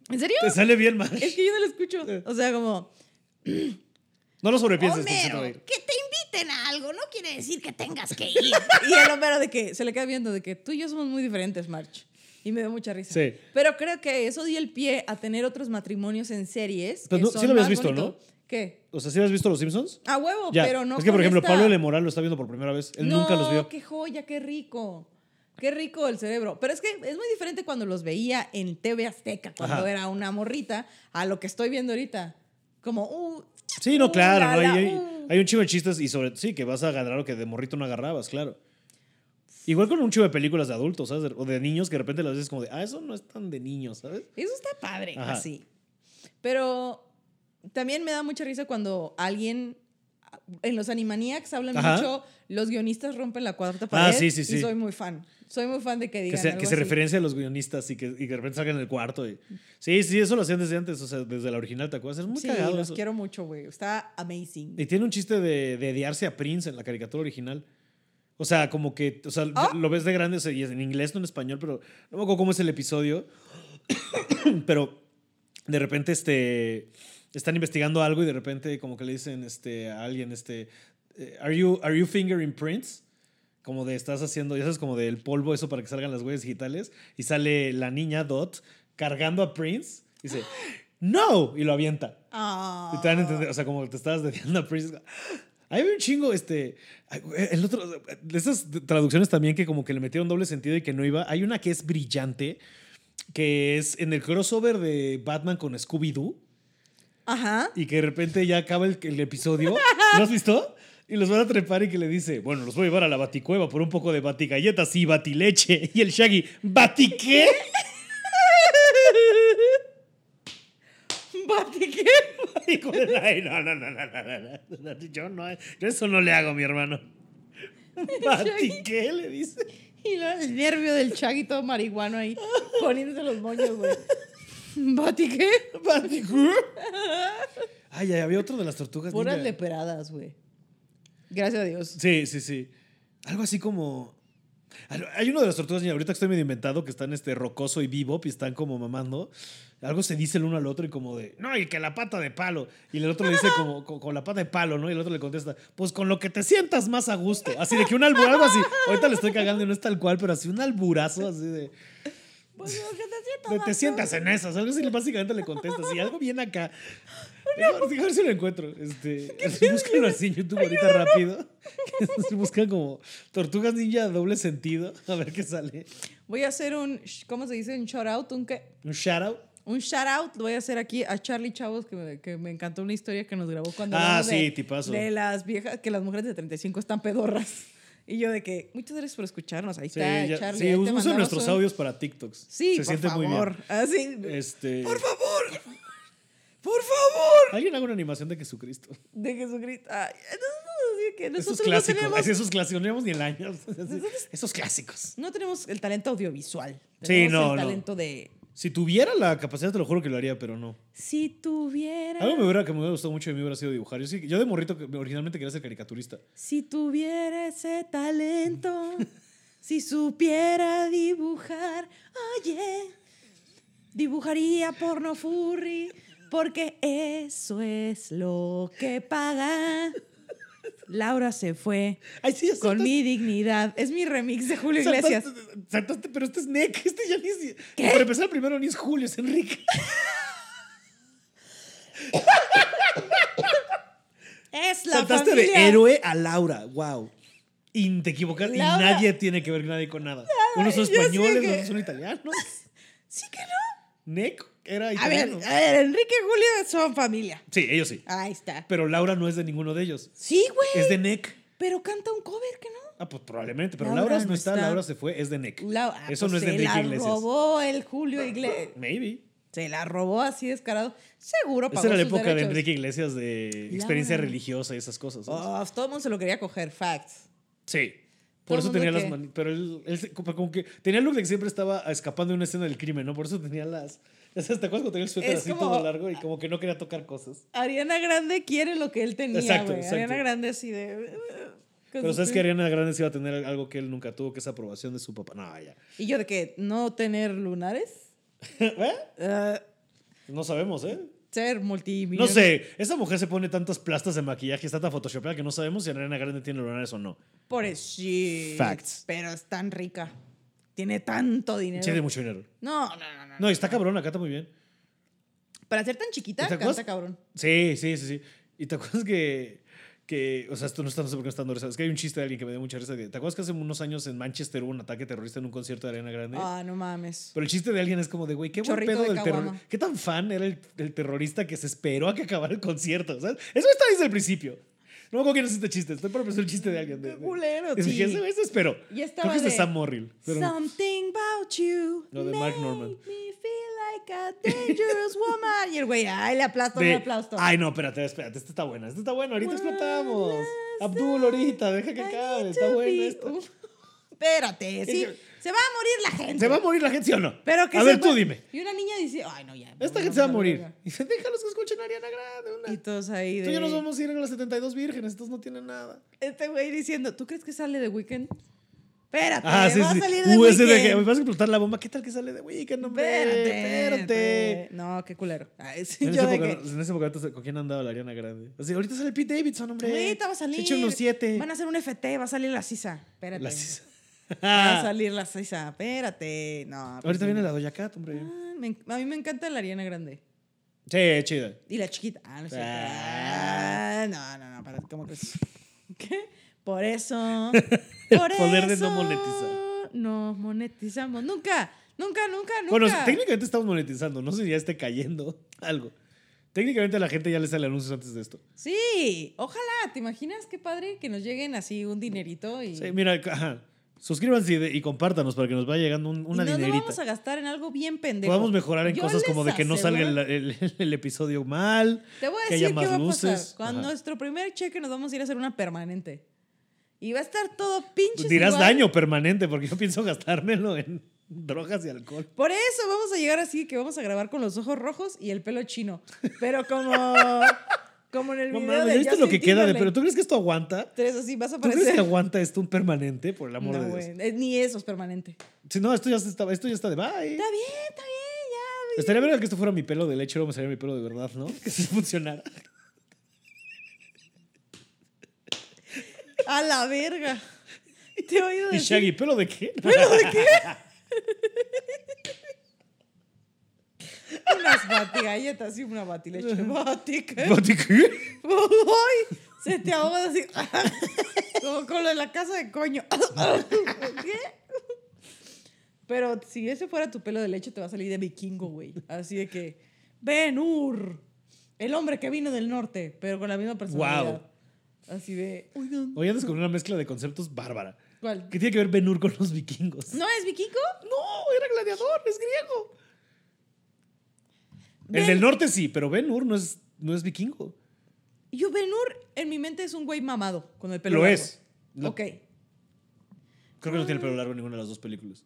S1: ¿En serio?
S2: Te sale bien marcha.
S1: Es que yo no lo escucho. O sea, como,
S2: No lo sobrepienses. te siento
S4: Homero,
S2: bien.
S4: que te inviten a algo no quiere decir que tengas que ir.
S1: Y el Homero de que se le queda viendo de que tú y yo somos muy diferentes, March. Y me dio mucha risa.
S2: Sí.
S1: Pero creo que eso dio el pie a tener otros matrimonios en series.
S2: Pero
S1: que
S2: no-
S1: son
S2: sí lo habías
S1: más
S2: visto,
S1: bonitos. ¿Qué?
S2: O sea, ¿sí has visto Los Simpsons?
S1: A huevo,
S2: Ya.
S1: pero no.
S2: es que, por
S1: con
S2: ejemplo,
S1: esta-
S2: Pablo L. Moral lo está viendo por primera vez. Él
S1: No,
S2: nunca los vio.
S1: qué joya, qué rico. Qué rico el cerebro. Pero es que es muy diferente cuando los veía en TV Azteca, cuando
S2: Ajá.
S1: era una morrita, a lo que estoy viendo ahorita. Como, uh,
S2: Sí, no,
S1: uh,
S2: claro.
S1: la,
S2: ¿no? Hay,
S1: la,
S2: hay-
S1: uh.
S2: hay un chivo de chistes y sobre sí, que vas a agarrar lo que de morrito no agarrabas, claro. Igual con un chivo de películas de adultos, ¿sabes? O de niños que de repente las ves como de, ah, eso no es tan de niños, ¿sabes?
S1: Eso está padre,
S2: Ajá.
S1: así. Pero también me da mucha risa cuando alguien. En los Animaniacs hablan
S2: Ajá. Ah,
S1: mucho, los guionistas rompen la cuarta pared.
S2: sí, sí,
S1: Y
S2: sí.
S1: soy muy fan. Soy muy fan de que
S2: Que
S1: digan.
S2: se,
S1: algo
S2: que se
S1: así.
S2: referencia a los guionistas y que y que de repente salgan en el cuarto. y- Sí, sí, eso lo hacían desde antes, o sea, desde la original, ¿te acuerdas? Es muy
S1: Sí,
S2: cagado
S1: los
S2: eso.
S1: quiero mucho, güey. Está amazing.
S2: Y tiene un chiste de, de odiarse a Prince en la caricatura original. O sea, como que, o sea,
S1: Ah.
S2: lo ves de grande, o sea, y es en inglés, no en español, pero no me acuerdo cómo es el episodio. pero de repente, este, están investigando algo y de repente como que le dicen, este, a alguien, este, eh, are you, are you fingering Prince? Como de estás haciendo, ya sabes, como del polvo, eso para que salgan las huellas digitales. Y sale la niña Dot cargando a Prince y dice, no, y lo avienta.
S1: Ah.
S2: Y te dan a entender, o sea, como te estabas dediando a Prince. Ahí hay un chingo, este. El otro. De esas traducciones también que como que le metieron doble sentido y que no iba. Hay una que es brillante, que es en el crossover de Batman con Scooby-Doo
S1: Ajá.
S2: y que de repente ya acaba el, el episodio. ¿Lo has visto? Y los van a trepar y que le dice, bueno, los voy a llevar a la baticueva por un poco de batigalletas y batileche. Y el Shaggy, ¿batiqué?
S1: Bati, ¿qué?
S2: Y con el, "Ay, no, no, no, no, no, no, no, yo no, yo eso no le hago, mi hermano. ¿Bati qué? Le dice.
S1: Y luego el nervio del chaguito marihuano ahí poniéndose los moños, güey. Bati, ¿qué?
S2: ¿Bati qué? Ay, ay, había otro de las tortugas
S1: Puras
S2: ninja.
S1: leperadas, güey. Gracias a Dios.
S2: Sí, sí, sí. Algo así como... Al- Hay uno de las tortugas ninja, ahorita que estoy medio inventado, que están este rocoso y bebop y están como mamando. Algo se dice el uno al otro y como de, no, y que la pata de palo. Y el otro le dice como, con, con la pata de palo, ¿no? Y el otro le contesta, pues con lo que te sientas más a gusto. Así de que un albur, algo así. Ahorita le estoy cagando y no es tal cual, pero así un alburazo así de,
S1: Pues lo que te sientas
S2: de,
S1: más
S2: te sientas en esas. Algo así le- básicamente le contestas y algo bien acá. Digo, digo, a ver si lo encuentro. Este, búscalo así en YouTube ahorita rápido. Se busca como tortugas ninja doble sentido. A ver qué sale.
S1: Voy a hacer un, sh- ¿cómo se dice? Un shout out, un, qué?
S2: Un shout out.
S1: un shout out. Lo voy a hacer aquí a Charlie Chavos, que me, que me encantó una historia que nos grabó cuando
S2: Ah,
S1: hablamos
S2: sí,
S1: de,
S2: tipazo.
S1: de las viejas, que las mujeres de 35 están pedorras. Y yo de que, muchas gracias por escucharnos. Ahí
S2: Sí,
S1: está,
S2: ya-
S1: Charlie.
S2: sí,
S1: ahí te
S2: usen
S1: mandamos
S2: nuestros
S1: un-
S2: audios para TikToks.
S1: Sí,
S2: Se
S1: por
S2: siente
S1: favor.
S2: muy bien.
S1: Así,
S2: Este,
S1: por favor. Por favor.
S2: alguien haga una animación de Jesucristo.
S1: De Jesucristo. Ay, no, no, sí, que
S2: Esos
S1: nosotros no
S2: clásicos.
S1: tenemos,
S2: Así, esos clásicos. No llevamos ni el año. Así, Esos clásicos.
S1: no tenemos el talento audiovisual.
S2: Sí,
S1: Tenemos
S2: no,
S1: El
S2: no.
S1: talento de
S2: Si tuviera la capacidad, te lo juro que lo haría, pero no.
S1: Si tuviera.
S2: Algo me hubiera, que me hubiera gustado mucho de mí hubiera sido dibujar. Yo, sí, yo de morrito que- originalmente quería ser caricaturista.
S1: Si tuviera ese talento. si supiera dibujar. Oye. Dibujaría porno furry. porque eso es lo que paga. Laura se fue
S2: Ay, sí, ya
S1: con
S2: saltaste-
S1: mi dignidad. Es mi remix de Julio
S2: saltaste-
S1: Iglesias.
S2: Saltaste, pero este es Nick. Este ya ni es. Para empezar, primero ni es Julio, es Enrique.
S1: Es la
S2: Saltaste
S1: familia.
S2: de héroe a Laura. Wow. Y te equivocas.
S1: Laura-
S2: Y nadie tiene que ver nadie con nada. Unos son
S1: yo sí
S2: españoles,
S1: que-
S2: los otros son italianos.
S1: Sí que no.
S2: Nick era
S1: A ver,
S2: italiano.
S1: a ver, Enrique y Julio son familia.
S2: Sí, ellos sí.
S1: Ahí está.
S2: Pero Laura no es de ninguno de ellos.
S1: Sí, güey.
S2: Es de Nick.
S1: Pero canta un cover que no.
S2: Ah, pues probablemente. Pero
S1: Laura
S2: Laura, no
S1: no
S2: está,
S1: está.
S2: Laura se fue, es de Nick.
S1: La- ah,
S2: Eso no
S1: pues
S2: es de
S1: se
S2: Enrique
S1: la
S2: Iglesias.
S1: robó el Julio Iglesias.
S2: Maybe.
S1: Se la robó así descarado. Seguro pagó
S2: Esa era la
S1: sus
S2: época de
S1: derechos.
S2: Enrique Iglesias de experiencia
S1: Laura.
S2: religiosa y esas cosas. ¿sabes?
S1: Oh, todo el mundo se lo quería coger, facts.
S2: Sí. Por
S1: Todo
S2: eso
S1: el mundo
S2: tenía las
S1: que-
S2: manitas. Pero él, él se- como como que tenía el look de que siempre estaba escapando de una escena del crimen, ¿no? Por eso tenía las. Ya sabes, ¿te acuerdas cuando tenía el suéter
S1: Es
S2: así
S1: como-
S2: todo largo y como que no quería tocar cosas?
S1: Ariana Grande quiere lo que él tenía,
S2: Exacto,
S1: güey.
S2: exacto.
S1: Ariana Grande así de... eh,
S2: Pero sabes que Ariana Grande sí iba a tener algo que él nunca tuvo, que es aprobación de su papá. No, ya.
S1: ¿Y yo de qué? ¿No tener lunares?
S2: ¿Eh?
S1: Ah,
S2: No sabemos, ¿eh?
S1: ser multimillonario.
S2: No sé, esa mujer se pone tantas plastas de maquillaje, está tan photoshopeada que no sabemos si Ariana Grande tiene lunares o no.
S1: Por eso.
S2: Facts.
S1: Pero es tan rica. Tiene tanto dinero.
S2: Tiene mucho dinero.
S1: No, no, no, no, no.
S2: No, y está cabrón, acá está muy bien.
S1: Para ser tan chiquita,
S2: ¿Te acuerdas?
S1: canta cabrón.
S2: Sí, sí, sí, sí. ¿Y te acuerdas que, que o sea, esto no está, no sé por qué no está dando risa, es que hay un chiste de alguien que me dio mucha risa. que- ¿Te acuerdas que hace unos años en Manchester hubo un ataque terrorista en un concierto de Arena Grande?
S1: Ah, no mames.
S2: Pero el chiste de alguien es como de, güey, qué buen
S1: Chorrito
S2: pedo
S1: de
S2: del terrorista.
S1: caguama.
S2: ¿Qué tan fan era el, el terrorista que se esperó a que acabara el concierto? ¿sabes? Eso está desde el principio. No me acuerdo quién es este chiste. Estoy por empezar el chiste de alguien. de-
S1: Qué
S2: de-
S1: culero,
S2: Y dije,
S1: sí.
S2: Ese güey se esperó.
S1: Y estaba
S2: Creo que es de
S1: de-
S2: Sam Morrill. pero no.
S1: Something about you.
S2: No, de Mark Norman.
S1: made me feel like a dangerous woman. Y el güey, ay, le aplasto,
S2: de-
S1: le aplasto.
S2: Ay, no, espérate, espérate. Esta está buena. Esta está buena. Ahorita
S1: One
S2: explotamos.
S1: last
S2: Abdul, ahorita, deja que
S1: I need
S2: acabe.
S1: to
S2: Está
S1: be-
S2: buena esta.
S1: Uf, Espérate, sí.
S2: que-
S1: Se va a morir la gente.
S2: ¿Se va a morir la gente, sí o no?
S1: Pero que
S2: a
S1: se
S2: ver,
S1: va-
S2: tú dime.
S1: Y una niña dice, ay, no, ya.
S2: Esta
S1: no,
S2: gente se va a
S1: no,
S2: morir.
S1: no,
S2: Y dice, déjalos que escuchen a Ariana Grande.
S1: no. Y
S2: Una.
S1: todos ahí
S2: Tú
S1: de...
S2: y yo nos vamos a ir a las 72 vírgenes. Estos no tienen nada.
S1: Este güey diciendo, ¿tú crees que sale de Weekend? Espérate,
S2: Ah, sí,
S1: va
S2: sí.
S1: a salir de
S2: Uh, ese de que me
S1: Weekend.
S2: vas a explotar la bomba. ¿Qué tal que sale de Weekend, hombre?
S1: Espérate,
S2: Espérate.
S1: espérate. No, qué culero. Ay, sí,
S2: En
S1: yo
S2: esa,
S1: de
S2: época,
S1: que...
S2: en esa época, entonces, ¿con quién andaba la Ariana Grande? Así, ahorita sale Pete Davidson, hombre.
S1: Ahorita va a salir.
S2: Se echa unos siete.
S1: Van a hacer un FT, va a salir la sisa. Espérate.
S2: Las cis-
S1: Va a salir la sisa. Espérate. No. pues,
S2: Ah. Ahorita
S1: no.
S2: viene la Doja Cat, hombre.
S1: Ah, me enc- a mí me encanta la Ariana Grande.
S2: Sí, chida.
S1: Y la chiquita. Ah, no es cierto.
S2: Ah.
S1: Ah, no, no, no. Para, ¿Cómo crees? ¿Qué? Por eso. Por
S2: poder de no
S1: eso
S2: monetizar.
S1: No monetizamos. Nunca. Nunca, nunca, nunca.
S2: Bueno, técnicamente estamos monetizando. No sé si ya esté cayendo algo. Técnicamente a la gente ya le sale anuncios antes de esto.
S1: Sí. Ojalá. ¿Te imaginas qué padre que nos lleguen así un dinerito? Y,
S2: Sí, mira, ajá. suscríbanse y, de- y compártanos para que nos vaya llegando un-
S1: y
S2: una
S1: no, no
S2: dinerita.
S1: vamos a gastar en algo bien pendejo.
S2: Podamos mejorar en
S1: Yo
S2: cosas como de
S1: les
S2: que no salga el,
S1: aseguro-
S2: el- el episodio mal.
S1: Te voy a
S2: que
S1: decir
S2: haya
S1: qué
S2: más
S1: va a
S2: luces.
S1: pasar. Cuando
S2: Ajá.
S1: nuestro primer cheque nos vamos a ir a hacer una permanente. Y va a estar todo pinche.
S2: Dirás
S1: igual.
S2: daño permanente porque yo pienso gastármelo en drogas y alcohol.
S1: Por eso vamos a llegar así que vamos a grabar con los ojos rojos y el pelo chino. Pero como, como en el
S2: No
S1: video
S2: mames,
S1: de
S2: ¿ya viste lo que
S1: Justin
S2: queda de...
S1: Timberlake.
S2: Pero ¿tú crees que esto aguanta?
S1: Tres así vas a
S2: ¿Tú crees que
S1: parecer.
S2: aguanta esto un permanente, por el amor
S1: No,
S2: de Dios?
S1: güey, es- Ni eso es permanente.
S2: Si no, esto ya, está, esto ya está de bye.
S1: Está bien, está bien, ya.
S2: Estaría verga que esto fuera mi pelo de lechero, me saliera mi pelo de verdad, ¿no? Que si funcionara.
S1: A la verga. Te he oído
S2: Y
S1: decir.
S2: Shaggy, ¿pelo de qué?
S1: ¿Pero de qué? Unas batigalletas y una batileche. Batica.
S2: ¿Pelo de qué?
S1: ¡Uy! Se te ahoga así. Como con lo de la casa de coño. ¿Qué? Pero si ese fuera tu pelo de leche, te va a salir de vikingo, güey. Así de que. Ben Hur, el hombre que vino del norte, pero con la misma personalidad.
S2: Guau.
S1: Así de. oigan,
S2: Hoy andas con una mezcla de conceptos bárbara.
S1: ¿Cuál?
S2: ¿Qué tiene que ver Benur con los vikingos?
S1: ¿No es vikingo?
S2: No, era gladiador, es griego. El
S1: Ben-
S2: del norte sí, pero Benur no es, no es vikingo.
S1: Yo, Ben Hur, en mi mente es un güey mamado con el pelo
S2: Lo
S1: largo.
S2: es. Lo-
S1: Ok.
S2: Creo que no tiene el pelo largo en ninguna de las dos películas.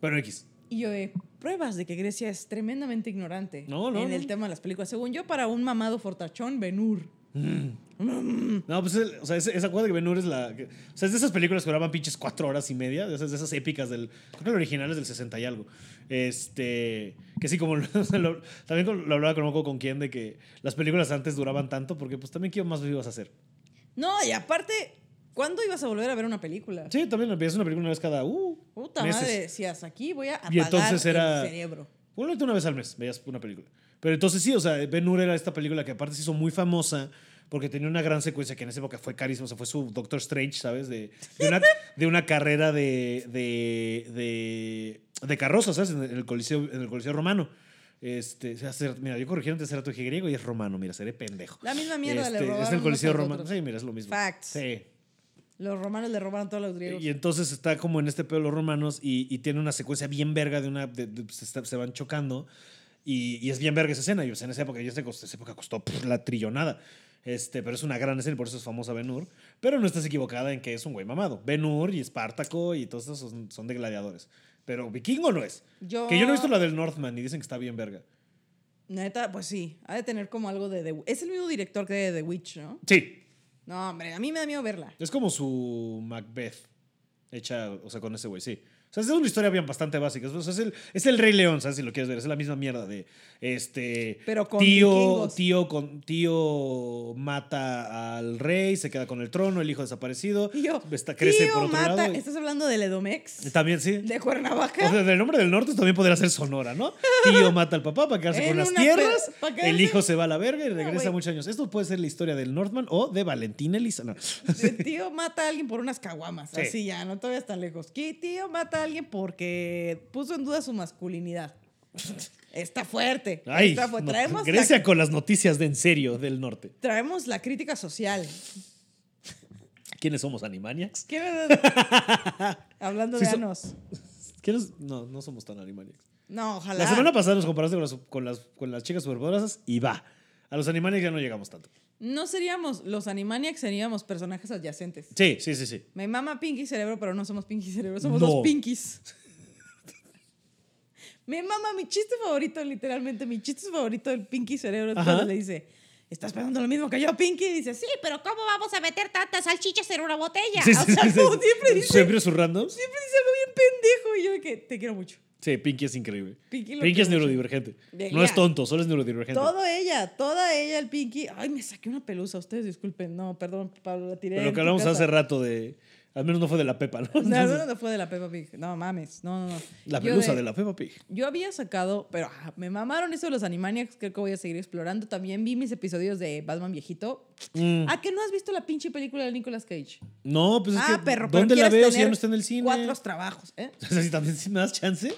S2: Bueno, X.
S1: Y yo de pruebas de que Grecia es tremendamente ignorante
S2: No, no,
S1: en el
S2: no.
S1: tema de las películas. Según yo, para un mamado fortachón, Benur.
S2: No, pues el- o sea, ese- esa cosa que Ben Hur es la. que- o sea, es de esas películas que duraban pinches cuatro horas y media, de esas, de esas épicas del. Creo que el original es del 60 y algo. Este. Que sí, como. lo- o sea, lo- también con- lo hablaba con no me acuerdo con quién de que las películas antes duraban tanto, porque pues también qué más ibas a hacer.
S1: No, y aparte, ¿cuándo ibas a volver a ver una película?
S2: Sí, también empiezas una película una vez cada. Uh,
S1: Puta
S2: meses.
S1: madre, decías, aquí voy a apagar
S2: Y entonces era-
S1: el cerebro.
S2: Ponle tú una vez al mes, veías una película. Pero entonces sí, o sea, Ben Hur era esta película que aparte se hizo muy famosa porque tenía una gran secuencia que en esa época fue carísima. O sea, fue su Doctor Strange, ¿sabes? De, de, una, de una carrera de, de, de, de carrozas, ¿sabes? En el Coliseo, en el coliseo Romano. Este, o sea, ser- mira, yo corrigí antes era tu griego y es romano, mira, seré pendejo.
S1: La misma mierda le
S2: Este, Es
S1: robaron
S2: el Coliseo
S1: unos a
S2: Romano.
S1: otros.
S2: Sí, mira, es lo mismo.
S1: Facts.
S2: Sí.
S1: Los romanos le robaron todos los griegos.
S2: Y entonces está como en este pedo de los romanos y, y tiene una secuencia bien verga de una. de- de- se, está- se van chocando y, y es bien verga esa escena. Y pues en esa época, y esa, cos- esa época costó pff, la trillonada. Este, pero es una gran escena y por eso es famosa Ben Hur. Pero no estás equivocada en que es un güey mamado. Ben Hur y Espartaco y todos estos son, son de gladiadores. Pero vikingo no es.
S1: Yo-
S2: Que yo no he visto la del Northman y dicen que está bien verga.
S1: Neta, pues sí, ha de tener como algo de The Es el mismo director que de The Witch, ¿no?
S2: Sí.
S1: No, hombre, a mí me da miedo verla.
S2: Es como su Macbeth hecha, o sea, con ese güey, sí. O sea, es una historia bien bastante básica. O sea, es, el, es el Rey León, ¿sabes? Si lo quieres ver, es la misma mierda de este.
S1: Pero con
S2: tío,
S1: vikingos.
S2: tío, con, tío mata al rey, se queda con el trono, el hijo desaparecido.
S1: Y yo,
S2: está- crece
S1: tío,
S2: por otro
S1: mata,
S2: lado. y- Este
S1: ¿estás hablando del Edomex?
S2: También, sí.
S1: ¿De
S2: O
S1: Cuernavaca?
S2: sea, del nombre del norte también podría ser Sonora, ¿no? Tío mata al papá para quedarse
S1: En
S2: con las
S1: una
S2: tierras,
S1: pe- para quedarse-
S2: el hijo se va a la verga y regresa
S1: güey.
S2: muchos años. Esto puede ser la historia del Northman o de Valentina Elisa. No.
S1: De Tío mata a alguien por unas caguamas,
S2: Sí.
S1: así ya, no todavía tan lejos. ¿Qué tío mata a alguien porque puso en duda su masculinidad? Está fuerte.
S2: Ay,
S1: está fuerte.
S2: no,
S1: Traemos,
S2: Grecia
S1: la,
S2: con las noticias de en serio del norte.
S1: traemos la crítica social.
S2: ¿Quiénes somos, Animaniacs?
S1: ¿Quién- Hablando
S2: Sí,
S1: de
S2: so-
S1: anos.
S2: ¿Quiénes? No, no somos tan Animaniacs.
S1: No, ojalá.
S2: La semana pasada nos comparaste con las, con las, con las chicas superpoderosas y va. A los Animaniacs ya no llegamos tanto.
S1: No seríamos los Animaniacs, seríamos personajes adyacentes.
S2: Sí, sí, sí, sí.
S1: Me mama Pinky Cerebro, pero no somos Pinky Cerebro, somos
S2: No.
S1: dos Pinkies. Me mama mi chiste favorito, literalmente, mi chiste favorito del Pinky Cerebro es
S2: Ajá.
S1: cuando le dice, ¿estás pensando lo mismo que yo, Pinky? Y dice, sí, pero ¿cómo vamos a meter tantas salchichas en una botella?
S2: Sí,
S1: o
S2: sí,
S1: sea,
S2: sí, sí,
S1: como
S2: sí.
S1: siempre dice, siempre
S2: Siempre sus randoms.
S1: dice algo bien pendejo y yo de que te quiero mucho.
S2: Sí, Pinky es increíble.
S1: Pinky
S2: Pinky,
S1: lo
S2: es
S1: quiero mucho.
S2: neurodivergente.
S1: De-
S2: No es
S1: ya.
S2: tonto, solo es neurodivergente.
S1: Todo ella, toda ella, el Pinky. Ay, me saqué una pelusa, ustedes disculpen. No, perdón, Pablo, la tiré.
S2: Pero lo
S1: en
S2: que
S1: tu
S2: hablamos
S1: casa.
S2: hace rato de. Al menos no fue de la Pepa, ¿no?
S1: No,
S2: Entonces,
S1: no, no fue de la Peppa Pig. No mames, no, no, no.
S2: la
S1: Yo
S2: pelusa de la Pepa Pig.
S1: Yo había sacado, pero ah, me mamaron eso de los Animaniacs, creo que voy a seguir explorando. También vi mis episodios de Batman viejito.
S2: Mm.
S1: ¿A que no has visto la pinche película de Nicolas Cage?
S2: No, pues es
S1: ah,
S2: que.
S1: perro, pero
S2: ¿Dónde la
S1: quieres
S2: veo si ya
S1: tener
S2: no está en el cine?
S1: Cuatro trabajos, ¿eh?
S2: O sea, si también si me das chance,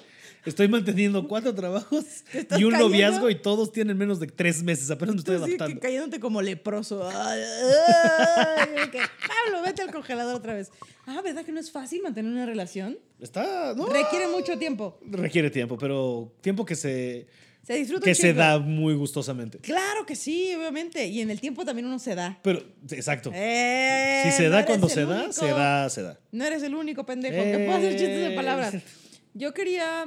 S2: estoy manteniendo cuatro trabajos
S1: Te estás
S2: y un
S1: cayendo.
S2: noviazgo y todos tienen menos de tres meses. Apenas me estoy
S1: Entonces, sí, que
S2: adaptando.
S1: cayéndote como leproso. Ay, ay, ay, que, Pablo, vete al congelador otra vez. Ah, ¿verdad que no es fácil mantener una relación?
S2: Está. No,
S1: Requiere mucho tiempo.
S2: requiere tiempo, pero tiempo que se,
S1: Se disfruta un
S2: que se
S1: chingo.
S2: da muy gustosamente.
S1: Claro que sí, obviamente. Y en el tiempo también uno se da.
S2: Pero, exacto.
S1: Eh,
S2: si se
S1: no
S2: da
S1: eres
S2: cuando
S1: el
S2: se da,
S1: único.
S2: se da, se da.
S1: No eres el único pendejo que puede hacer chistes de palabras.
S2: Eh.
S1: Yo quería.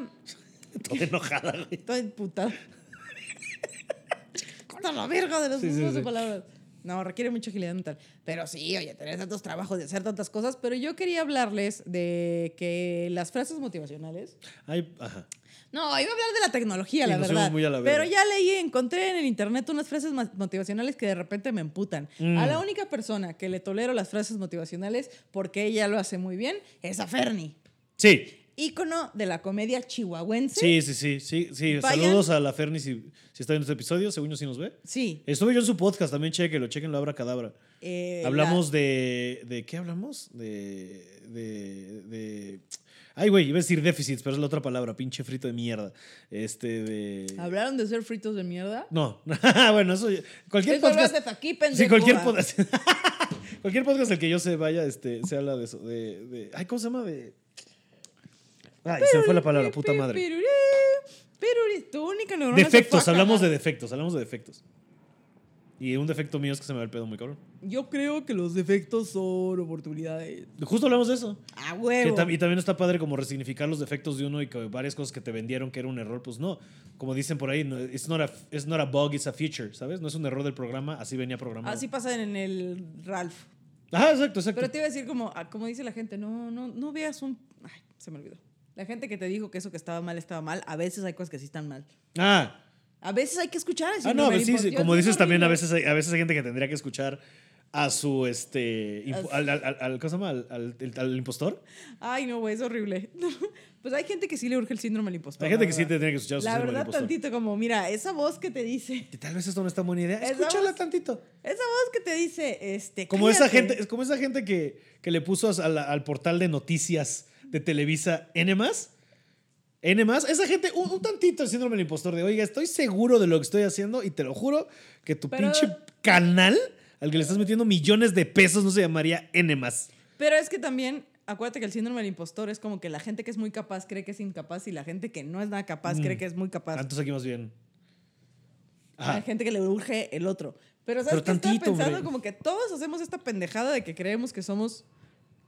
S2: Toda enojada, güey.
S1: Estoy putada. Corta la verga de los
S2: Sí, sí,
S1: mismos
S2: sí.
S1: de palabras. No, requiere mucha agilidad mental. Pero sí, oye, tener tantos trabajos de hacer tantas cosas. Pero yo quería hablarles de que las frases motivacionales.
S2: Ay, ajá.
S1: No, iba a hablar de la tecnología,
S2: Y
S1: la
S2: nos
S1: verdad.
S2: fuimos muy a la verga.
S1: pero ya leí, encontré en el internet unas frases ma- motivacionales que de repente me emputan.
S2: Mm.
S1: A la única persona que le tolero las frases motivacionales porque ella lo hace muy bien es a Fernie.
S2: Sí,
S1: ícono de la comedia chihuahuense.
S2: sí, sí, sí. sí, sí.
S1: Vayan.
S2: Saludos a la Ferni si, si está viendo este episodio, según yo si nos ve.
S1: Sí.
S2: Estuve yo en su podcast, también chequenlo, chequenlo, Abra Cadabra.
S1: eh,
S2: Hablamos de. ¿De qué hablamos? De. de, de ay, güey, iba a decir déficits, pero es la otra palabra, pinche frito de mierda. Este de.
S1: la- ¿Hablaron de ser fritos de mierda?
S2: No, bueno, eso. Cualquier
S1: Eso
S2: podcast.
S1: hablaste aquí, pendejo.
S2: Sí, cualquier
S1: ah.
S2: podcast. cualquier podcast el que yo se vaya, este, se habla de eso. De, de- ay, ¿cómo se llama? De. Ay, se me fue la palabra, puta madre.
S1: Piruré, piruré, tu única neurona se fue
S2: Defectos,
S1: a
S2: hablamos de
S1: cagar.
S2: defectos, hablamos de defectos. Y un defecto mío es que se me va el pedo muy cabrón.
S1: Yo creo que los defectos son oportunidades.
S2: Justo hablamos de eso.
S4: A
S2: Que
S4: huevo.
S2: tam- y también está padre como resignificar los defectos de uno y que varias cosas que te vendieron que era un error, pues no. Como dicen por ahí, no, it's, not a, it's not a bug, it's a feature, ¿sabes? No es un error del programa, así venía programado.
S1: Así pasa en el Ralph.
S2: Ajá, exacto, exacto.
S1: Ah, Pero te iba a decir como, ah, como dice la gente, no, no, no veas un... Ay, se me olvidó. La gente que te dijo que eso que estaba mal estaba mal, a veces hay cosas que sí están mal.
S2: ah,
S1: A veces hay que escuchar.
S2: ah,
S1: decir,
S2: no, a
S1: me
S2: veces, sí,
S1: importa.
S2: como
S1: Yo-
S2: dices
S1: yo
S2: también, a
S1: horrible.
S2: veces, hay, a veces hay gente que tendría que escuchar a su, este, impo-
S1: A
S2: al, al, al- al- ¿cómo se llama? Al, al- el- al impostor.
S1: Ay, no, güey, es horrible. pues hay gente que sí le urge el síndrome del impostor.
S2: Hay gente
S1: la
S2: que sí
S1: verdad.
S2: tendría que escuchar a su
S1: La
S2: síndrome del
S1: verdad,
S2: impostor.
S1: tantito como, mira, esa voz que te dice,
S2: Que tal vez esto no es tan buena idea.
S1: Esa
S2: Escúchala
S1: voz-
S2: tantito.
S1: esa voz que te dice, este...
S2: Como esa
S1: cállate.
S2: gente, es como esa gente que, que le puso a la- al portal de noticias de Televisa N más. N más, esa gente, un, un tantito el síndrome del impostor de, oiga, estoy seguro de lo que estoy haciendo y te lo juro que tu
S1: Pero-
S2: pinche canal al que le estás metiendo millones de pesos no se llamaría N más.
S1: Pero es que también, acuérdate que el síndrome del impostor es como que la gente que es muy capaz cree que es incapaz y la gente que no es nada capaz cree
S2: Mm.
S1: que es muy capaz.
S2: Entonces aquí más bien. Ah. Ajá.
S1: Hay gente que le urge el otro. Pero ¿sabes
S2: Pero
S1: qué?
S2: tantito,
S1: Estaba pensando
S2: hombre.
S1: como que todos hacemos esta pendejada de que creemos que somos,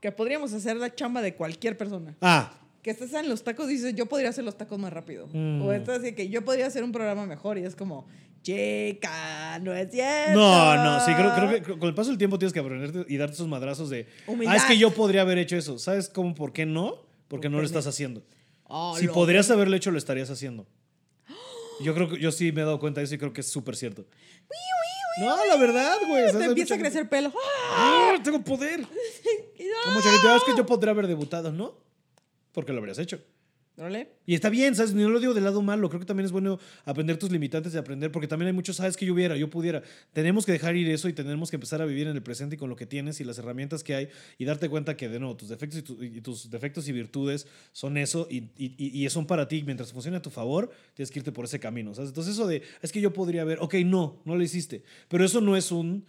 S1: que podríamos hacer la chamba de cualquier persona.
S2: Ah,
S1: Que estás en los tacos y dices, yo podría hacer los tacos más rápido.
S2: Mm.
S1: O estás así que yo podría hacer un programa mejor y es como, chica, no es cierto.
S2: No, no, sí, creo, creo que creo- con el paso del tiempo tienes que aprenderte y darte esos madrazos de.
S1: Humildad.
S2: Ah, es que yo podría haber hecho eso. ¿Sabes cómo? ¿Por qué no? Porque no lo estás haciendo.
S1: Ah, Oh,
S2: si podrías haberlo hecho, lo estarías haciendo. Yo creo que yo sí me he dado cuenta de eso y creo que es súper cierto. No, la verdad, güey. ¿sabes?
S1: Te
S2: Hay
S1: empieza a
S2: mucha gente-
S1: crecer pelo. ¡Ah!
S2: ¡Ah, tengo poder. Hay mucha gente, "Ah, es que yo podría haber debutado, ¿no? Porque lo habrías hecho.
S1: ¿Órale?
S2: Y está bien, ¿sabes? No lo digo del lado malo. Creo que también es bueno aprender tus limitantes y aprender, porque también hay muchos, ¿sabes? Que yo hubiera, yo pudiera. Tenemos que dejar ir eso y tenemos que empezar a vivir en el presente y con lo que tienes y las herramientas que hay y darte cuenta que, de nuevo, tus defectos y, tu- y tus defectos y virtudes son eso y, y- y- y son para ti. Mientras funcione a tu favor, tienes que irte por ese camino, ¿sabes? Entonces, eso de, es que yo podría haber, ok, no, no lo hiciste. Pero eso no es un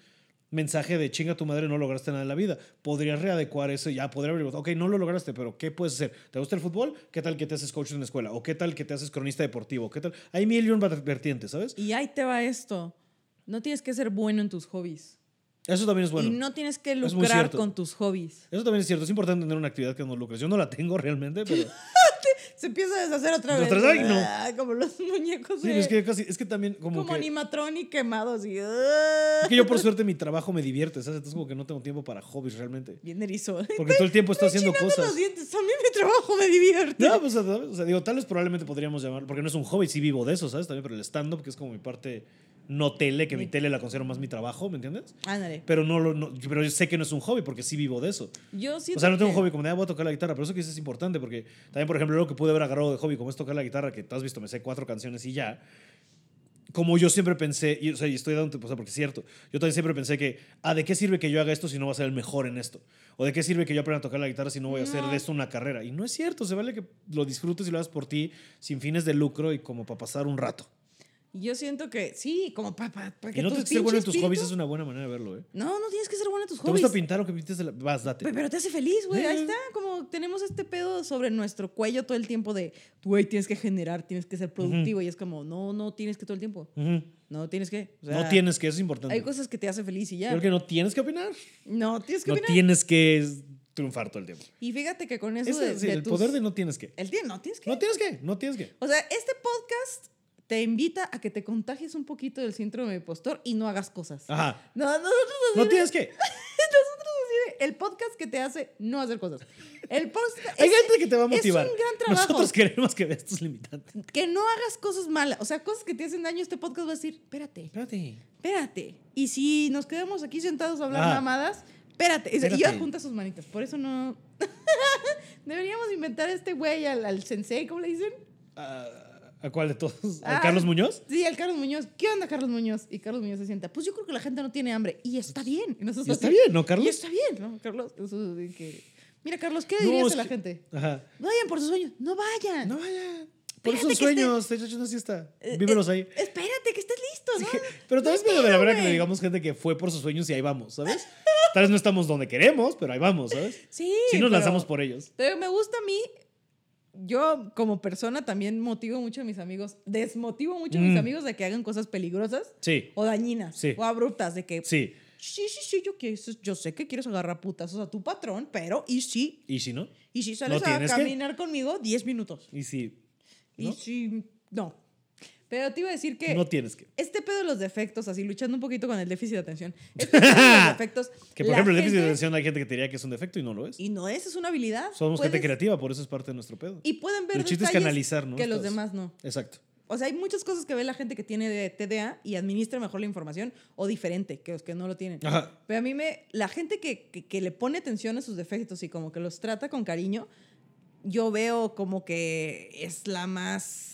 S2: mensaje de chinga tu madre, no lograste nada en la vida. Podrías readecuar eso y ya, podría haber ok, no lo lograste, pero ¿qué puedes hacer? ¿Te gusta el fútbol? ¿Qué tal que te haces coach en la escuela? ¿O qué tal que te haces cronista deportivo? ¿Qué tal? Hay mil y un vertientes, ¿sabes?
S1: Y ahí te va esto. No tienes que ser bueno en tus hobbies.
S2: Eso también es bueno.
S1: y no tienes que
S2: muy
S1: lucrar
S2: cierto.
S1: con tus hobbies.
S2: Eso también es cierto. Es importante tener una actividad que no lucres. Yo no la tengo realmente, pero...
S1: Se empieza a deshacer otra vez.
S2: Otra vez, ay, no.
S1: Ah, Como los muñecos
S2: Sí,
S1: de-
S2: pero es que casi... Es que también como,
S1: como
S2: que...
S1: animatronic quemados. Y,
S2: es que yo por suerte mi trabajo me divierte, ¿sabes? Entonces como que no tengo tiempo para hobbies realmente.
S1: ah, Bien erizo.
S2: Porque todo el tiempo estoy haciendo
S1: Chinando
S2: cosas.
S1: los dientes. A mí mi trabajo me divierte.
S2: No, pues, ¿sabes? o sea, digo, tal vez probablemente podríamos llamarlo, porque no es un hobby, sí vivo de eso, ¿sabes? También, pero el stand-up, que es como mi parte no tele, que mi tele la considero más mi trabajo, ¿me entiendes?
S1: Ándale.
S2: Pero no, lo- no- pero yo sé que no es un hobby, porque sí vivo de eso.
S1: Yo siento
S2: O sea, no tengo un
S1: que-
S2: hobby como de, ah, voy a tocar la guitarra, pero eso que dices es importante, porque también, por ejemplo, lo que pude haber agarrado de hobby, como es tocar la guitarra, que tú has visto, me sé cuatro canciones y ya. Como yo siempre pensé, y, o sea, y estoy dando, o sea, porque es cierto, yo también siempre pensé que, ah, ¿de qué sirve que yo haga esto si no voy a ser el mejor en esto? ¿O de qué sirve que yo aprenda a tocar la guitarra si no voy a hacer de esto una carrera? Y no es cierto, se vale que lo disfrutes y lo hagas por ti, sin fines de lucro y como para pasar un rato.
S1: Yo siento que sí, como para que
S2: Y no
S1: tu
S2: te que ser bueno en tus
S1: pinche
S2: hobbies
S1: espíritu-
S2: es una buena manera de verlo, ¿eh?
S1: No, no tienes que ser bueno en tus
S2: ¿Te
S1: hobbies.
S2: gusta pintar o que pintes de la... Vas, date.
S1: Pe- Pero te hace feliz, güey. Ahí
S2: Sí.
S1: está. Como tenemos este pedo sobre nuestro cuello todo el tiempo de, güey, tienes que generar, tienes que ser productivo. Y es como, no, no tienes que todo el tiempo.
S2: Ujú.
S1: No tienes que. O sea,
S2: No tienes que, eso es importante.
S1: Hay cosas que te hacen feliz y ya.
S2: Creo que no tienes que opinar.
S1: No, tienes que
S2: No
S1: opinar.
S2: tienes que es- triunfar todo el tiempo.
S1: Y fíjate que con eso
S2: Ese
S1: de,
S2: es el-
S1: de
S2: el
S1: tus- Eh,
S2: poder de no tienes que.
S1: El día no tienes que.
S2: No tienes que, no tienes que.
S1: O sea, este podcast te invita a que te contagies un poquito del síndrome de postor y no hagas cosas.
S2: Ajá.
S1: No, nosotros así
S2: No
S1: de-
S2: tienes que.
S1: nosotros así de- el podcast que te hace no hacer cosas. El podcast
S2: Hay
S1: es-
S2: gente que te va a
S1: es un
S2: motivar.
S1: gran trabajo.
S2: Nosotros queremos que veas tus limitantes.
S1: que no hagas cosas malas, o sea, cosas que te hacen daño, este podcast va a decir, espérate,
S2: Espérate.
S1: espérate. Y si nos quedamos aquí sentados a hablar
S2: Ah.
S1: mamadas, espérate. Y se- Y
S2: Espérate.
S1: yo junta sus manitas, por eso no... Deberíamos inventar a este güey al, al sensei, ¿cómo le dicen?
S2: Ah, ¿A cuál de todos? ¿A
S1: Ah.
S2: Carlos Muñoz?
S1: Sí, al Carlos Muñoz. ¿Qué onda, Carlos Muñoz? Y Carlos Muñoz se sienta, pues yo creo que la gente no tiene hambre. Y está bien. Y nosotros
S2: Y está
S1: así,
S2: bien, ¿no, Carlos?
S1: Y está bien, ¿no, Carlos? Nosotros de que, Mira, Carlos, ¿qué
S2: No,
S1: dirías
S2: es
S1: a la
S2: que-
S1: gente?
S2: Ajá.
S1: Vayan por sus sueños. No vayan.
S2: No vayan. Por
S1: Espérate
S2: esos
S1: que
S2: sueños, te echas una siesta.
S1: Eh,
S2: Vívelos
S1: eh,
S2: ahí.
S1: Espérate, que estés listo, ¿no?
S2: Pero tal
S1: No
S2: vez me de la
S1: espera,
S2: verdad que le
S1: güey.
S2: digamos gente que fue por sus sueños y ahí vamos, ¿sabes? Tal vez no estamos donde queremos, pero ahí vamos, ¿sabes?
S1: Sí.
S2: Sí nos
S1: pero-
S2: lanzamos por ellos.
S1: Pero me gusta a mí yo como persona también motivo mucho a mis amigos, desmotivo mucho a mis
S2: Mm.
S1: amigos de que hagan cosas peligrosas
S2: Sí,
S1: o dañinas
S2: Sí.
S1: o abruptas, de que
S2: sí.
S1: sí, sí, sí, yo, que- yo sé que quieres agarrar putazos a tu patrón, pero y si,
S2: ¿Y si no?
S1: y si sales a
S2: tienes que?
S1: caminar conmigo 10 minutos.
S2: ¿Y si
S1: Y
S2: ¿No?
S1: si, no. Pero te iba a decir que
S2: no tienes que?
S1: este pedo de los defectos, así luchando un poquito con el déficit de atención, este pedo de los defectos.
S2: Que por
S1: la
S2: ejemplo, el déficit de
S1: gente-
S2: atención hay gente que te diría que es un defecto y no lo es.
S1: Y no es, es una habilidad.
S2: Somos
S1: Puedes-
S2: gente creativa, por eso es parte de nuestro pedo.
S1: Y pueden ver
S2: El chiste es
S1: detalles
S2: canalizar, ¿no?
S1: que los
S2: Estas-
S1: demás no.
S2: Exacto.
S1: O sea, hay muchas cosas que ve la gente que tiene de TDA y administra mejor la información o diferente que los que no lo tienen.
S2: Ajá.
S1: Pero a mí me. La gente que, que, que le pone atención a sus defectos y como que los trata con cariño, yo veo como que es la más.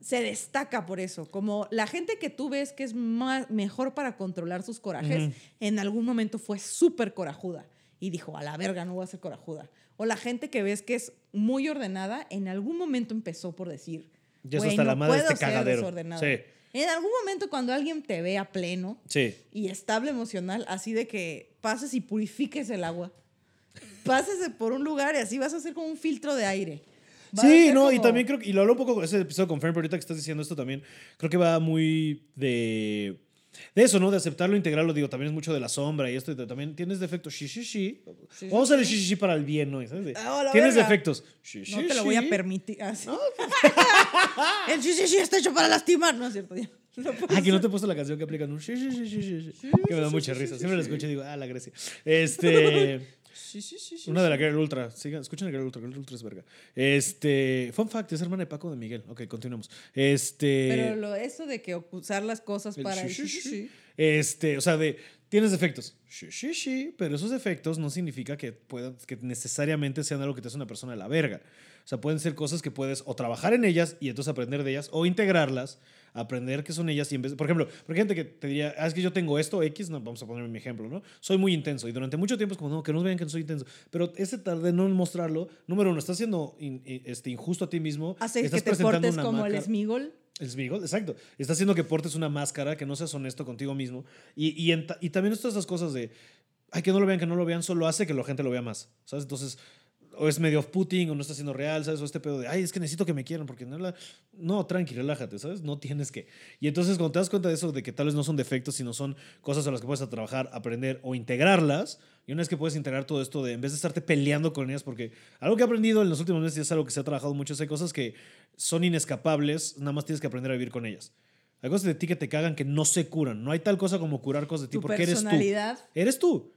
S1: Se destaca por eso. Como la gente que tú ves que es más, mejor para controlar sus corajes,
S2: Ujú.
S1: en algún momento fue súper corajuda y dijo, a la verga, no voy a ser corajuda. O la gente que ves que es muy ordenada, en algún momento empezó por decir,
S2: Ya es
S1: "Güey,
S2: hasta
S1: no
S2: la madre de
S1: puedo
S2: este
S1: ser
S2: cagadero.
S1: desordenada".
S2: Sí,
S1: En algún momento cuando alguien te vea pleno,
S2: sí.
S1: y estable emocional, así de que pases y purifiques el agua. Pases por un lugar y así vas a hacer como un filtro de aire. Va a
S2: Sí,
S1: ser
S2: no, y
S1: como-
S2: también creo que, y lo hablo un poco con ese episodio con Fern, pero ahorita que estás diciendo esto también, creo que va muy de, de eso, ¿no? De aceptarlo, integrarlo, digo, también es mucho de la sombra y esto, y también tienes defectos, sí, sí, sí.
S1: Sí, sí,
S2: Vamos a usar el
S1: sí.
S2: sí, sí, sí para el bien, ¿no? ¿Sabes? De,
S1: Ah, la
S2: tienes
S1: verga.
S2: defectos, sí, sí,
S1: No te lo voy a
S2: sí. pues.
S1: permitir. así. el sí, sí, sí está hecho para lastimar. No es cierto, ya. No puedo
S2: Ah, que no
S1: hacer.
S2: te he puesto la canción que aplican un sí, sí, sí, sí, sí, sí, que me da mucha risa. Siempre la escucho y digo, ah, la Grecia. Este,
S1: Sí, sí, sí, sí.
S2: una de la Girl Ultra. Sigan, escuchen la Girl Ultra, Girl Ultra es verga. Este, fun fact, es hermana de Paco de Miguel. Ok, continuamos. Este,
S1: Pero lo, eso de que usar las cosas
S2: El
S1: para... el sí,
S2: sí, sí,
S1: sí, sí.
S2: Este, o sea, de tienes defectos. Sí, sí, sí, pero esos defectos no significa que puedan que necesariamente sean algo que te hace una persona de la verga. O sea, pueden ser cosas que puedes o trabajar en ellas y entonces aprender de ellas o integrarlas, aprender qué son ellas y en vez, por ejemplo, porque hay gente que te diría, "Ah, es que yo tengo esto X", no, vamos a ponerme mi ejemplo, ¿no? Soy muy intenso y durante mucho tiempo es como, "No, que no vean que soy intenso", pero ese tarde no en mostrarlo, número uno, estás siendo in- in- este injusto a ti mismo,
S1: Hacer
S2: estás
S1: que te portes como el
S2: máscara-
S1: Smigol.
S2: el Smigol, exacto. Está haciendo que portes una máscara, que no seas honesto contigo mismo. Y, y, en ta- y también todas esas cosas de, ay, que no lo vean, que no lo vean, solo hace que la gente lo vea más, ¿sabes? Entonces, o es medio Putin, o no está siendo real, ¿sabes? O este pedo de, ay, es que necesito que me quieran, porque no la... No, tranqui, relájate, ¿sabes? No tienes que. Y entonces cuando te das cuenta de eso, de que tal vez no son defectos, sino son cosas a las que puedes trabajar, aprender o integrarlas, y una vez que puedes integrar todo esto, de en vez de estarte peleando con ellas, porque algo que he aprendido en los últimos meses y es algo que se ha trabajado mucho, es hay cosas que son inescapables, nada más tienes que aprender a vivir con ellas. Hay cosas de ti que te cagan que no se curan. No hay tal cosa como curar cosas de ti
S1: Tu
S2: porque eres tú.
S1: personalidad.
S2: Eres tú.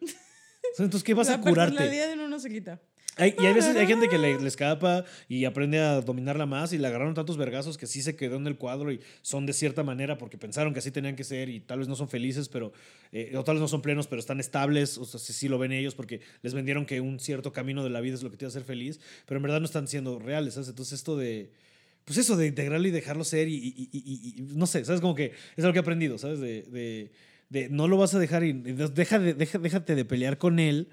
S2: Entonces, ¿qué vas a
S1: La
S2: curarte?
S1: personalidad de uno no se quita.
S2: Hay- y hay veces hay gente que le, le escapa y aprende a dominarla más y le agarraron tantos vergazos que sí se quedó en el cuadro y son de cierta manera porque pensaron que así tenían que ser y tal vez no son felices, pero eh, o tal vez no son plenos, pero están estables, o sea, sí, sí lo ven ellos porque les vendieron que un cierto camino de la vida es lo que te hace ser feliz, pero en verdad no están siendo reales, ¿sabes? Entonces esto de, pues eso, de integrarlo y dejarlo ser y, y- y- y- y- no sé, ¿sabes? Como que es algo que he aprendido, ¿sabes? De, de, de no lo vas a dejar y y deja de- deja, déjate de pelear con él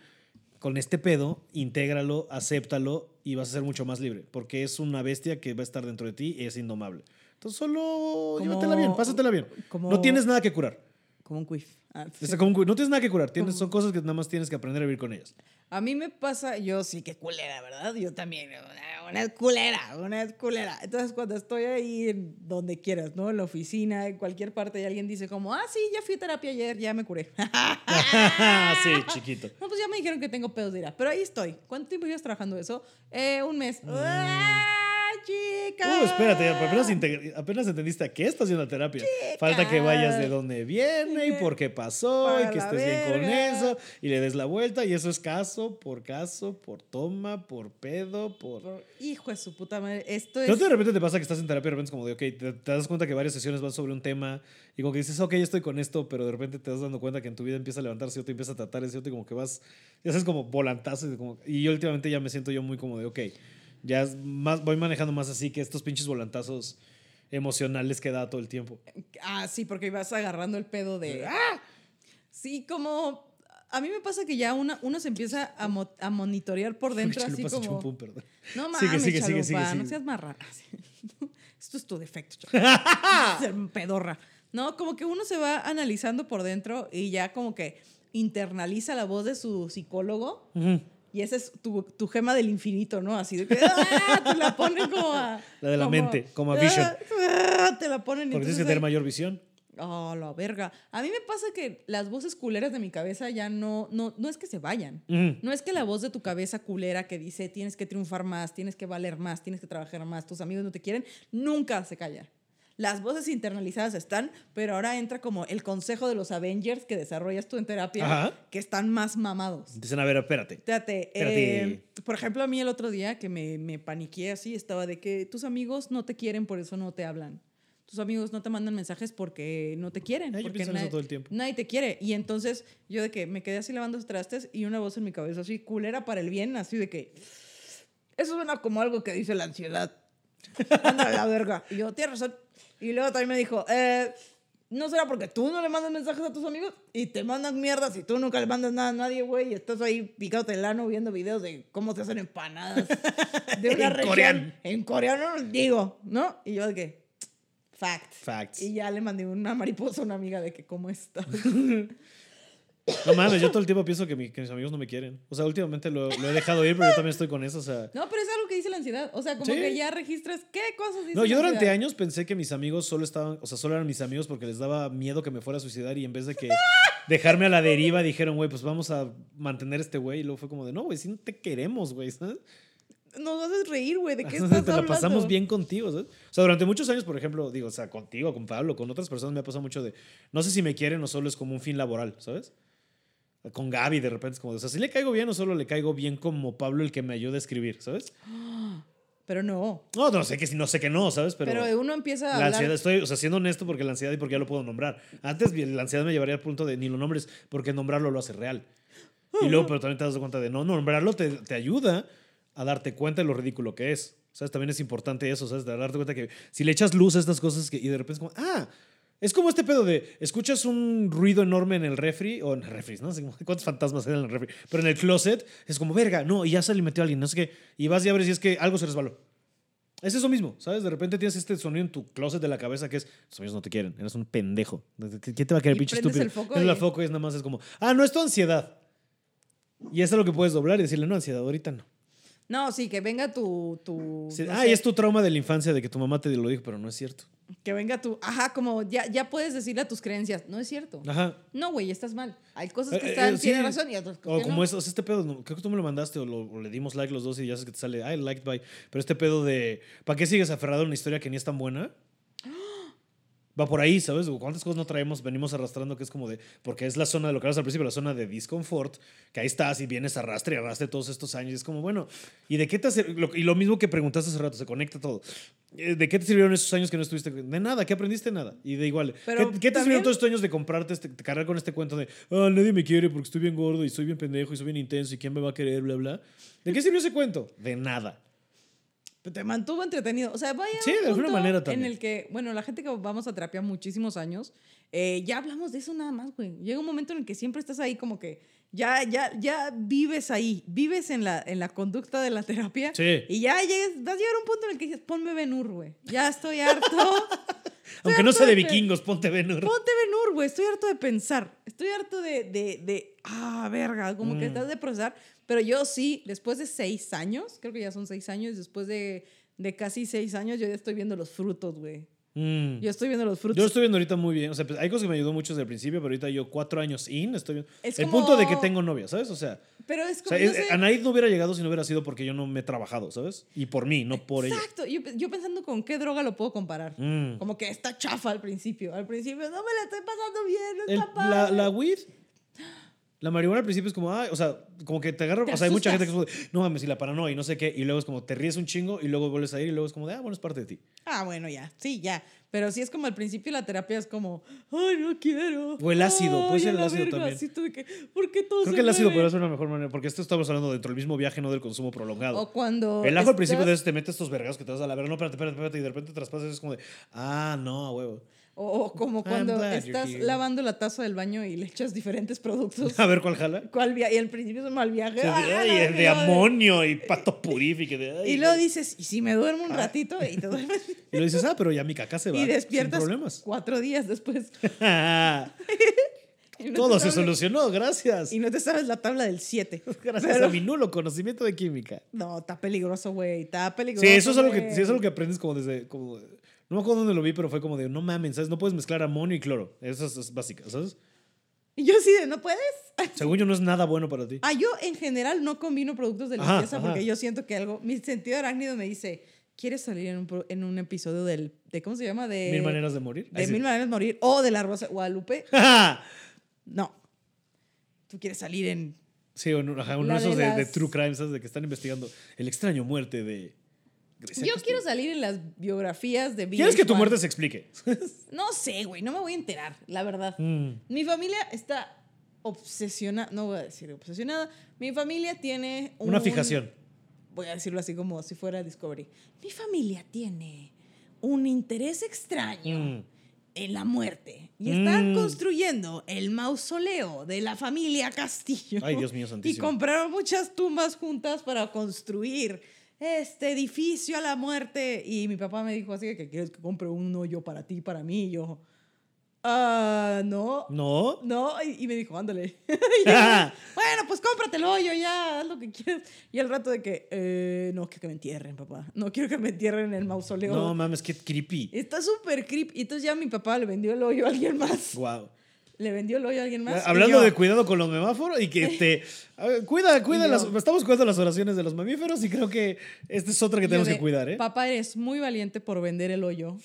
S2: con este pedo, intégralo, acéptalo y vas a ser mucho más libre, porque es una bestia que va a estar dentro de ti y es indomable. Entonces solo llévatela bien, pásatela bien.
S1: como-
S2: No tienes nada que curar.
S1: Como un quiff. Ah,
S2: Está como un cu- no tienes nada que curar, tienes, son cosas que nada más tienes que aprender a vivir con ellas.
S1: A mí me pasa, yo sí que culera, ¿verdad? Yo también, una, una es culera, una es culera. Entonces cuando estoy ahí en donde quieras, ¿no? En la oficina, en cualquier parte, y alguien dice como, ah, sí, ya fui a terapia ayer, ya me curé. Ah.
S2: sí, chiquito.
S1: no, pues ya me dijeron que tengo pedos de ira, pero ahí estoy. ¿Cuánto tiempo llevas trabajando eso? "Eh, un mes. ¡Ah, chica!
S2: Mm. Uh, espérate, apenas, integ- apenas entendiste a qué estás yendo a terapia. Falta que vayas de dónde viene y por qué pasó y
S1: Para
S2: que
S1: la
S2: estés bien con
S1: verga.
S2: eso y le des la vuelta y eso es caso por caso, por toma, por pedo, por...
S1: Por- Hijo de su puta madre, esto es...
S2: ¿No te de repente te pasa que estás en terapia y de repente es como de, ok, te, te das cuenta que varias sesiones van sobre un tema y como que dices, ok, ya estoy con esto, pero de repente te das dando cuenta que en tu vida empieza a levantarse otro, empieza a tratar ese otro y como que vas, ya haces como volantazo y, como, y yo últimamente ya me siento yo muy como de, ok, ya es más, voy manejando más así que estos pinches volantazos emocionales que da todo el tiempo.
S1: Ah, sí, porque vas agarrando el pedo
S2: Eh.
S1: de. ¡Ah! Sí, como. A mí me pasa que ya una, uno se empieza a, mo- a monitorear por dentro, así
S2: Chalupas y
S1: como.
S2: chumpum, perdón.
S1: No mames,
S2: Sigue, sigue, sigue, sigue,
S1: chalupa, no
S2: sigue.
S1: seas marrana. Esto es tu defecto, chalupa. Ser pedorra. No, como que uno se va analizando por dentro y ya como que internaliza la voz de su psicólogo
S2: Ujú.
S1: Y esa es tu, tu gema del infinito, ¿no? Así de que ¡ah! te la ponen como a-
S2: La de la mente, como a Vision.
S1: ¡ah! te la ponen y
S2: Porque tienes que
S1: entonces
S2: tener
S1: ahí-
S2: mayor visión.
S1: Oh, la verga. A mí me pasa que las voces culeras de mi cabeza ya no, no, no es que se vayan.
S2: Ujú.
S1: No es que la voz de tu cabeza culera que dice tienes que triunfar más, tienes que valer más, tienes que trabajar más, tus amigos no te quieren, nunca se calla. Las voces internalizadas están, pero ahora entra como el consejo de los Avengers que desarrollas tú en terapia,
S2: Ajá.
S1: que están más mamados.
S2: Dicen, a ver, espérate.
S1: Espérate,
S2: Espérate.
S1: eh, por ejemplo, a mí el otro día que me, me paniqué así, estaba de que tus amigos no te quieren, por eso no te hablan. Tus amigos no te mandan mensajes porque no te quieren.
S2: Ah, yo
S1: porque
S2: pienso en eso todo el tiempo.
S1: Nadie te quiere. Y entonces yo de que me quedé así lavando los trastes y una voz en mi cabeza así, culera para el bien, así de que... Eso suena como algo que dice la ansiedad. Anda a la verga. Y yo, tienes razón. Y luego también me dijo, eh, ¿no será porque tú no le mandas mensajes a tus amigos? Y te mandan mierdas y tú nunca le mandas nada a nadie, güey. Y estás ahí picado el ano viendo videos de cómo se hacen empanadas. De una
S2: En
S1: región-
S2: coreano.
S1: En coreano, digo, ¿no? Y yo de que, fact.
S2: Facts.
S1: Y ya le mandé una mariposa a una amiga de que, ¿cómo estás?
S2: No mames, yo todo el tiempo pienso que, mi- que mis amigos no me quieren. O sea, últimamente lo, lo he dejado ir, pero yo también estoy con eso. O sea,
S1: No, pero es algo que dice la ansiedad. O sea, como
S2: Sí.
S1: que ya registras qué cosas dice
S2: no, yo
S1: la
S2: durante
S1: ansiedad?
S2: años pensé que mis amigos solo estaban, o sea, solo eran mis amigos porque les daba miedo que me fuera a suicidar y en vez de que dejarme a la deriva dijeron, güey, pues vamos a mantener este güey. Y luego fue como de, no, güey, si no te queremos, güey, ¿sabes?
S1: Nos haces reír, güey. ¿De qué
S2: Ajá,
S1: estás
S2: Te la
S1: hablando?
S2: pasamos bien contigo, ¿sabes? O sea, durante muchos años, por ejemplo, digo, o sea, contigo, con Pablo, con otras personas me ha pasado mucho de, no sé si me quieren o solo es como un fin laboral, ¿sabes? Con Gaby de repente es como, de, o sea, si le caigo bien o solo le caigo bien como Pablo el que me ayuda a escribir, ¿sabes?
S1: Pero no.
S2: No, no sé que sí, no sé que no, ¿sabes? Pero,
S1: Pero, uno empieza a
S2: la
S1: hablar...
S2: ansiedad, estoy, o sea, siendo honesto porque la ansiedad y porque ya lo puedo nombrar. Antes bien, la ansiedad me llevaría al punto de ni lo nombres porque nombrarlo lo hace real. Y luego, pero también te das cuenta de no nombrarlo te, te ayuda a darte cuenta de lo ridículo que es. ¿Sabes? También es importante eso, ¿sabes? De darte cuenta que si le echas luz a estas cosas que, y de repente es como, ah, es como este pedo de escuchas un ruido enorme en el refri o en el refri, ¿no? Así como, ¿Cuántos fantasmas hay en el refri? Pero en el closet es como, verga, no, y ya se le metió alguien, no sé qué. Y vas y abres y es que algo se resbaló. Es eso mismo, ¿sabes? De repente tienes este sonido en tu closet de la cabeza que es, los amigos no te quieren, eres un pendejo. ¿Quién te va a querer,
S1: Y
S2: pinche
S1: prendes
S2: estúpido?
S1: el foco
S2: Prendes
S1: y-
S2: la foco y es nada más es como, ah, no, es tu ansiedad. Y eso es lo que puedes doblar y decirle, no, ansiedad, ahorita no.
S1: No, sí, que venga tu... tu
S2: Sí,
S1: Pues no
S2: ah,
S1: sé,
S2: y es tu trauma de la infancia de que tu mamá te lo dijo, pero no es cierto.
S1: Que venga tu... Ajá, como ya, ya puedes decirle a tus creencias. No es cierto.
S2: Ajá.
S1: No, güey, estás mal. Hay cosas que
S2: Eh,
S1: están,
S2: eh, sí.
S1: tienen razón y otras que
S2: O como
S1: no.
S2: es, o sea, este pedo, no, creo que tú me lo mandaste o, lo- o le dimos like los dos y ya sabes que te sale, I liked by. Pero este pedo de, ¿para qué sigues aferrado a una historia que ni es tan buena? Va por ahí, ¿sabes? O ¿Cuántas cosas no traemos, venimos arrastrando que es como de, porque es la zona de lo que hablas al principio, la zona de disconfort, que ahí estás y vienes arrastre y arrastre todos estos años y es como, bueno, ¿y de qué te hace- lo- Y lo mismo que preguntaste hace rato, se conecta todo. Eh, ¿De qué te sirvieron esos años que no estuviste? De nada, ¿qué aprendiste? Nada. Y de igual,
S1: Pero
S2: ¿qué, qué te
S1: también-
S2: sirvieron todos estos años de comprarte, este, de cargar con este cuento de, ah, nadie me quiere porque estoy bien gordo y soy bien pendejo y soy bien intenso y quién me va a querer, bla, bla? ¿De qué sirvió ese cuento? De nada.
S1: Pero te mantuvo entretenido. O sea, vaya.
S2: Sí,
S1: un
S2: de alguna
S1: punto
S2: manera también.
S1: En el que, bueno, la gente que vamos a terapia muchísimos años, eh, ya hablamos de eso nada más, güey. Llega un momento en el que siempre estás ahí como que ya, ya, ya vives ahí, vives en la, en la conducta de la terapia.
S2: Sí.
S1: Y ya llegues, vas a llegar a un punto en el que dices, ponme Benur, güey. Ya estoy harto.
S2: Aunque no sea de
S1: aparte-
S2: vikingos, ponte Benur.
S1: Ponte Benur, güey. Estoy harto de pensar. Estoy harto de, de, de- ah, verga, como
S2: Mm.
S1: que estás de procesar. Pero yo sí, después de seis años, creo que ya son seis años, después de, de casi seis años, yo ya estoy viendo los frutos, güey.
S2: Mm.
S1: Yo estoy viendo los frutos.
S2: Yo estoy viendo ahorita muy bien. O sea, pues, hay cosas que me ayudó mucho desde el principio, pero ahorita yo cuatro años in, estoy viendo.
S1: Es
S2: el
S1: como-
S2: punto de que tengo novia, ¿sabes? O sea,
S1: Pero es
S2: o
S1: como,
S2: sea,
S1: no
S2: es-
S1: sé-
S2: Anaid no hubiera llegado si no hubiera sido porque yo no me he trabajado, ¿sabes? Y por mí, no por ella.
S1: Exacto. Yo, yo pensando con qué droga lo puedo comparar.
S2: Mm.
S1: Como que está chafa al principio. Al principio, no me la estoy pasando bien, no
S2: El-
S1: está padre.
S2: la, la weed, la marihuana al principio es como, ay, o sea, como que te agarra.
S1: Te
S2: o sea, hay mucha gente que es
S1: asustas.
S2: como, de, no mames, y la paranoia y no sé qué. Y luego es como, te ríes un chingo y luego vuelves a ir y luego es como, de, ah, bueno, es parte de ti.
S1: Ah, bueno, ya. Sí, ya. Pero sí es como al principio la terapia es como, ay, no quiero.
S2: O el ácido, puede
S1: Ay,
S2: ser
S1: a
S2: el
S1: la
S2: ácido
S1: verga,
S2: también.
S1: así tú de que, ¿por qué todo
S2: Creo
S1: se
S2: que el ácido
S1: mueve?"
S2: podría ser una mejor manera, porque esto estamos hablando dentro del mismo viaje, no del consumo prolongado.
S1: O cuando.
S2: El ajo al principio de
S1: estás-
S2: eso te mete estos vergados que te vas a la verga. No, espérate, espérate, espérate. Y de repente te traspasas y es como de, ah, no, a huevo.
S1: O, o como cuando
S2: glad you're
S1: estás
S2: here.
S1: lavando la taza del baño y le echas diferentes productos.
S2: A ver cuál jala.
S1: ¿Cuál via- Y al principio es un mal viaje.
S2: O sea, de,
S1: ¡Ah,
S2: ay,
S1: la
S2: de
S1: verga!
S2: amonio y pato purífico. de, ay,
S1: Y luego dices, ¿y si me duermo un ratito? Y te duermes.
S2: y luego dices, ah, pero ya mi caca se Ah. va.
S1: y despiertas
S2: Sin problemas.
S1: cuatro días después. Y no te
S2: Todo se
S1: sabes-
S2: solucionó, gracias.
S1: Y no te sabes la tabla del 7.
S2: Gracias a mi nulo conocimiento de química.
S1: No, está peligroso, güey. Está peligroso.
S2: Sí, eso es algo que,
S1: güey.
S2: sí, eso es algo que aprendes como desde. Como, no me acuerdo dónde lo vi, pero fue como de no mames, ¿sabes? No puedes mezclar amonio y cloro. Eso es, es básica, ¿sabes?
S1: Y yo sí de, ¿no puedes?
S2: Según yo, no es nada bueno para ti.
S1: Ah, yo en general no combino productos de
S2: Ajá,
S1: limpieza porque
S2: ajá.
S1: yo siento que algo. Mi sentido arácnido me dice, ¿quieres salir en un, pro- en un episodio del. De, ¿Cómo se llama? De.
S2: mil maneras de morir.
S1: eh, De Mil Maneras de Morir o de La Rosa de Guadalupe.
S2: maneras.
S1: No. Tú quieres salir en.
S2: sí, o no, ajá, uno
S1: La
S2: de esos
S1: de
S2: de, de
S1: las-
S2: True Crime, ¿sabes? De que están investigando el extraño muerte de. Grecia
S1: Yo
S2: Castillo.
S1: quiero salir en las biografías de
S2: ¿Quieres que tu
S1: VH1.
S2: muerte se explique?
S1: No sé, güey, no me voy a enterar, la verdad.
S2: Mm.
S1: Mi familia está obsesionada, no voy a decir obsesionada, mi familia tiene
S2: Una
S1: un-
S2: fijación.
S1: Voy a decirlo así como si fuera Discovery. Mi familia tiene un interés extraño
S2: Mm.
S1: en la muerte y están
S2: Mm.
S1: construyendo el mausoleo de la familia Castillo.
S2: Ay, Dios mío
S1: Y
S2: santísimo.
S1: compraron muchas tumbas juntas para construir este edificio a la muerte. Y mi papá me dijo así de que quieres que compre un hoyo para ti, y para mí. Y yo, ah, no,
S2: No.
S1: no. Y, y me dijo, ándale. Y yo, bueno, pues cómprate el hoyo ya, haz lo que quieras. Y al rato de que, "Eh, no quiero que me entierren, papá. No quiero que me entierren en el mausoleo.
S2: No mames, qué creepy.
S1: Está súper creepy. Y entonces ya mi papá le vendió el hoyo a alguien más.
S2: Wow.
S1: Le vendió el hoyo a alguien más. y
S2: Hablando
S1: yo-
S2: de cuidado con los memáforos y que te cuida, cuida
S1: Y
S2: las,
S1: yo-
S2: estamos cuidando las oraciones de los mamíferos y creo que esta es otra que
S1: Yo
S2: tenemos
S1: de,
S2: que cuidar, ¿eh?
S1: Papá, eres muy valiente por vender el hoyo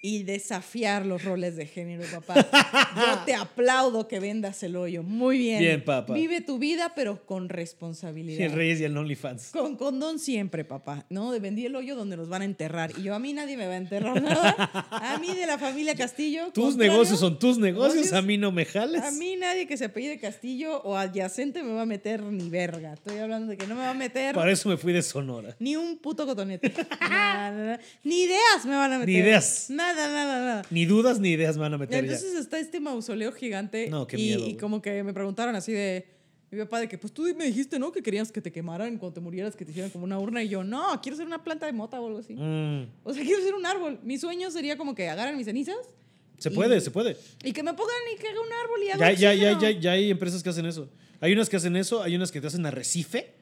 S1: y desafiar los roles de género, papá. Yo te aplaudo que vendas el hoyo. Muy bien.
S2: Bien, papá.
S1: Vive tu vida, pero con
S2: Y el
S1: responsabilidad.
S2: Reyes y el OnlyFans.
S1: Con condón siempre, papá. No, de vendí el hoyo donde nos van a enterrar. Y yo, a mí nadie me va a enterrar nada. A mí de la familia Castillo.
S2: Tus
S1: contrario,
S2: negocios son tus negocios,
S1: negocios,
S2: a mí no me jales.
S1: A mí nadie que se apellide Castillo o adyacente me va a meter ni verga. Estoy hablando de que no me va a meter
S2: Para eso me fui de Sonora.
S1: ni un puto cotonete. Nada, nada. Ni ideas me van a meter.
S2: Ni ideas.
S1: Nada, nada, nada.
S2: Ni dudas ni ideas me van a meter ya.
S1: Entonces está este mausoleo gigante.
S2: No, qué
S1: y,
S2: miedo,
S1: y
S2: güey.
S1: como que me preguntaron así de. Mi papá, de que pues tú me dijiste, ¿no? Que querías que te quemaran cuando te murieras, que te hicieran como una urna. Y yo, no, quiero ser una planta de mota o algo así.
S2: Mm.
S1: O sea, quiero ser un árbol. Mi sueño sería como que agarran mis cenizas
S2: Se
S1: Y-
S2: puede, se puede.
S1: y que me pongan y que haga un árbol y haga
S2: Ya, ya, ya,
S1: oxígeno.
S2: ya, ya hay empresas que hacen eso. Hay unas que hacen eso, hay unas que te hacen arrecife,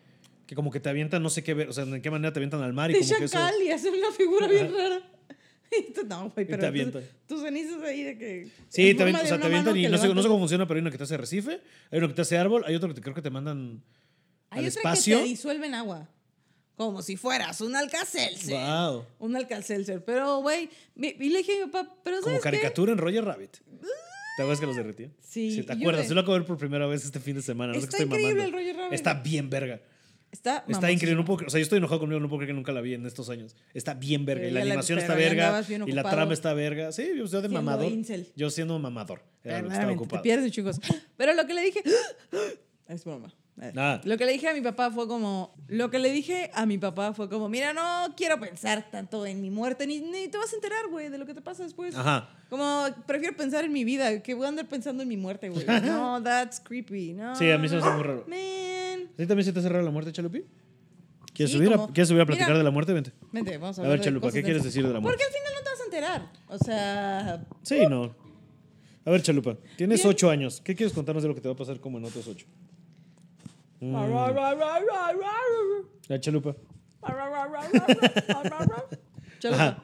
S2: que como que te avientan no sé qué ver, o sea, de qué manera te avientan al mar y
S1: De
S2: como que eso.
S1: chacal y hacer una figura bien rara. Y tú, no, güey,
S2: te
S1: pero tus-
S2: avientan.
S1: tus cenizas ahí de que...
S2: Sí,
S1: en
S2: te,
S1: forma
S2: avient- o
S1: de
S2: sea,
S1: una
S2: te avientan
S1: mano
S2: y
S1: que
S2: no sé, no sé
S1: levantas.
S2: cómo funciona, pero hay uno que te hace recife, hay uno que te hace árbol, hay otro que te, creo que te mandan
S1: Hay
S2: al
S1: otra
S2: espacio.
S1: que te disuelve en agua. Como si fueras un alcacelser.
S2: Wow.
S1: Un alcacelser. Pero, güey, mi- y le dije a mi papá, pero
S2: Como
S1: ¿sabes qué?
S2: caricatura en Roger Rabbit. ¿Te acuerdas que los derretía?
S1: Sí,
S2: ¿Te
S1: yo
S2: acuerdas?
S1: de-
S2: Yo lo acabo de ver por primera vez este fin de semana. No sé
S1: Está
S2: qué estoy
S1: increíble
S2: mamando.
S1: el Roger Rabbit.
S2: Está bien verga.
S1: Está,
S2: Está
S1: mamosísimo.
S2: increíble. No puedo cre- o sea, yo estoy enojado conmigo, no puedo creer que nunca la vi en estos años. Está bien verga.
S1: Pero
S2: y la
S1: ya la-
S2: animación
S1: pero
S2: está
S1: ya
S2: verga.
S1: andabas bien
S2: Y la
S1: ocupado.
S2: trama está verga. Sí, yo soy
S1: Siendo
S2: de mamador.
S1: incel.
S2: Yo siendo mamador. Era lo que estaba
S1: Verdaderamente, te
S2: ocupado.
S1: pierdes, chicos. Pero lo que le dije... Es broma. Eh,
S2: Ah.
S1: Lo que le dije a mi papá fue como... Lo que le dije a mi papá fue como, mira, no quiero pensar tanto en mi muerte, ni, ni te vas a enterar, güey, de lo que te pasa después.
S2: Ajá.
S1: Como, prefiero pensar en mi vida, que voy a andar pensando en mi muerte, güey. No, that's creepy, no.
S2: Sí, a mí se me hace
S1: no,
S2: muy raro.
S1: Man.
S2: ¿A ti también se te ha cerrado la muerte, Chalupi? ¿Quieres,
S1: Sí,
S2: subir, a,
S1: como-
S2: ¿Quieres subir a platicar
S1: Mira.
S2: de la muerte? Vente.
S1: Vente, vamos a,
S2: A
S1: hablar
S2: ver,
S1: de
S2: Chalupa,
S1: cosas
S2: ¿qué quieres
S1: esas.
S2: decir de la
S1: Porque
S2: muerte?
S1: al final no te vas a enterar. O sea,
S2: Sí, no. A ver, Chalupa, tienes
S1: Bien.
S2: ocho años. ¿Qué quieres contarnos de lo que te va a pasar como en otros ocho? Mm. La Chalupa.
S1: Chalupa.
S2: Ajá.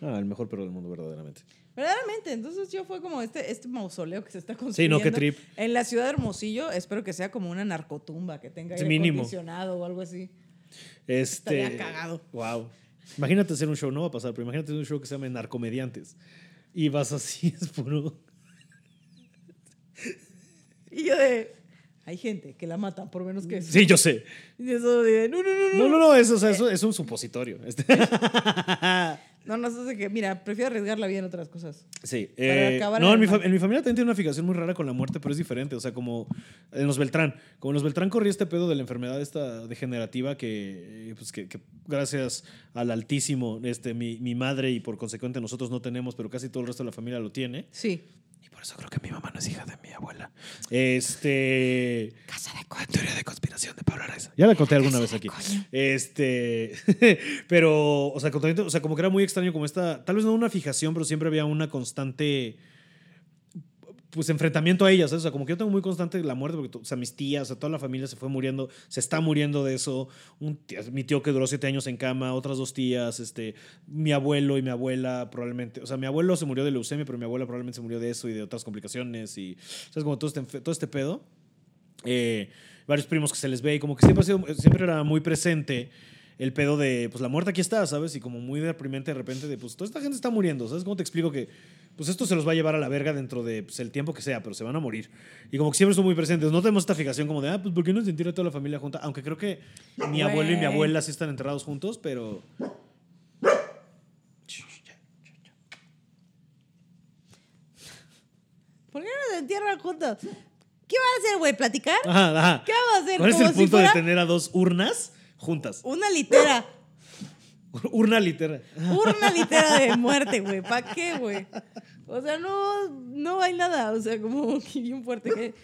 S2: Ah, el mejor perro del mundo, verdaderamente.
S1: Verdaderamente, entonces yo fue como este, este mausoleo que se está construyendo.
S2: Sí, no, qué trip.
S1: En la ciudad de Hermosillo, espero que sea como una narcotumba que tenga
S2: Sí,
S1: aire
S2: mínimo.
S1: acondicionado o algo así.
S2: Este,
S1: Estaría cagado.
S2: Wow. Imagínate hacer un show, no va a pasar, pero imagínate hacer un show que se llame Narcomediantes. Y vas así, es puro.
S1: Y yo de, hay gente que la matan por menos que eso.
S2: Sí, yo sé.
S1: Y eso de, no, no, no, no.
S2: No, no, no, eso, o sea, eso es un supositorio. Este-
S1: No, no sé de que, mira, prefiero arriesgar la vida en otras cosas.
S2: Sí.
S1: Para
S2: eh,
S1: acabar
S2: no,
S1: en
S2: en mi,
S1: el
S2: fa-
S1: mal.
S2: en mi familia también tiene una fijación muy rara con la muerte, pero es diferente. O sea, como en los Beltrán. Como en los Beltrán corría este pedo de la enfermedad esta degenerativa que, eh, pues que, que gracias al Altísimo, este, mi, mi madre y por consecuente nosotros no tenemos, pero casi todo el resto de la familia lo tiene.
S1: Sí.
S2: Y por eso creo que mi mamá no es hija de mi abuela. Este.
S1: Casa de
S2: En teoría de conspiración de Pablo Araiza. Ya la conté alguna vez aquí. Este. pero, o sea, con tanto- o sea, como que era muy extraño, como esta. Tal vez no una fijación, pero siempre había una constante pues enfrentamiento a ellas, ¿sabes? o sea, como que yo tengo muy constante la muerte, porque to- o sea, mis tías, o sea, toda la familia se fue muriendo, se está muriendo de eso, Un tía- mi tío que duró siete años en cama, otras dos tías, este, mi abuelo y mi abuela probablemente, o sea, mi abuelo se murió de leucemia, pero mi abuela probablemente se murió de eso y de otras complicaciones y, ¿sabes? Como todo este, enfe- todo este pedo. Eh, varios primos que se les ve y como que siempre, ha sido, siempre era muy presente el pedo de, pues la muerte aquí está, ¿sabes? Y como muy deprimente de repente de, pues toda esta gente está muriendo, ¿sabes? ¿Cómo te explico que, pues esto se los va a llevar a la verga dentro de pues, el tiempo que sea, pero se van a morir? Y como que siempre son muy presentes, no tenemos esta fijación como de, ah, pues ¿por qué no sentir a toda la familia junta? Aunque creo que mi abuelo y mi
S1: Güey.
S2: abuela sí están enterrados juntos, pero...
S1: ¿Por qué no se entierran juntos? ¿Qué van a hacer, güey? ¿Platicar?
S2: Ajá, ajá.
S1: ¿Qué vamos a hacer?
S2: ¿Cuál es
S1: Como
S2: el
S1: si
S2: punto
S1: fuera-
S2: de tener a dos urnas juntas?
S1: Una litera.
S2: Urna literal.
S1: Urna litera de muerte, güey. ¿Para qué, güey? O sea, no, no hay nada. O sea, como que bien fuerte que.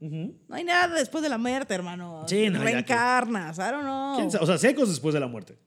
S1: No hay nada después de la muerte, hermano.
S2: Sí, no, ya que-
S1: Reencarnas, I don't know.
S2: ¿Quién sabe? O sea, sí hay cosas después de la muerte.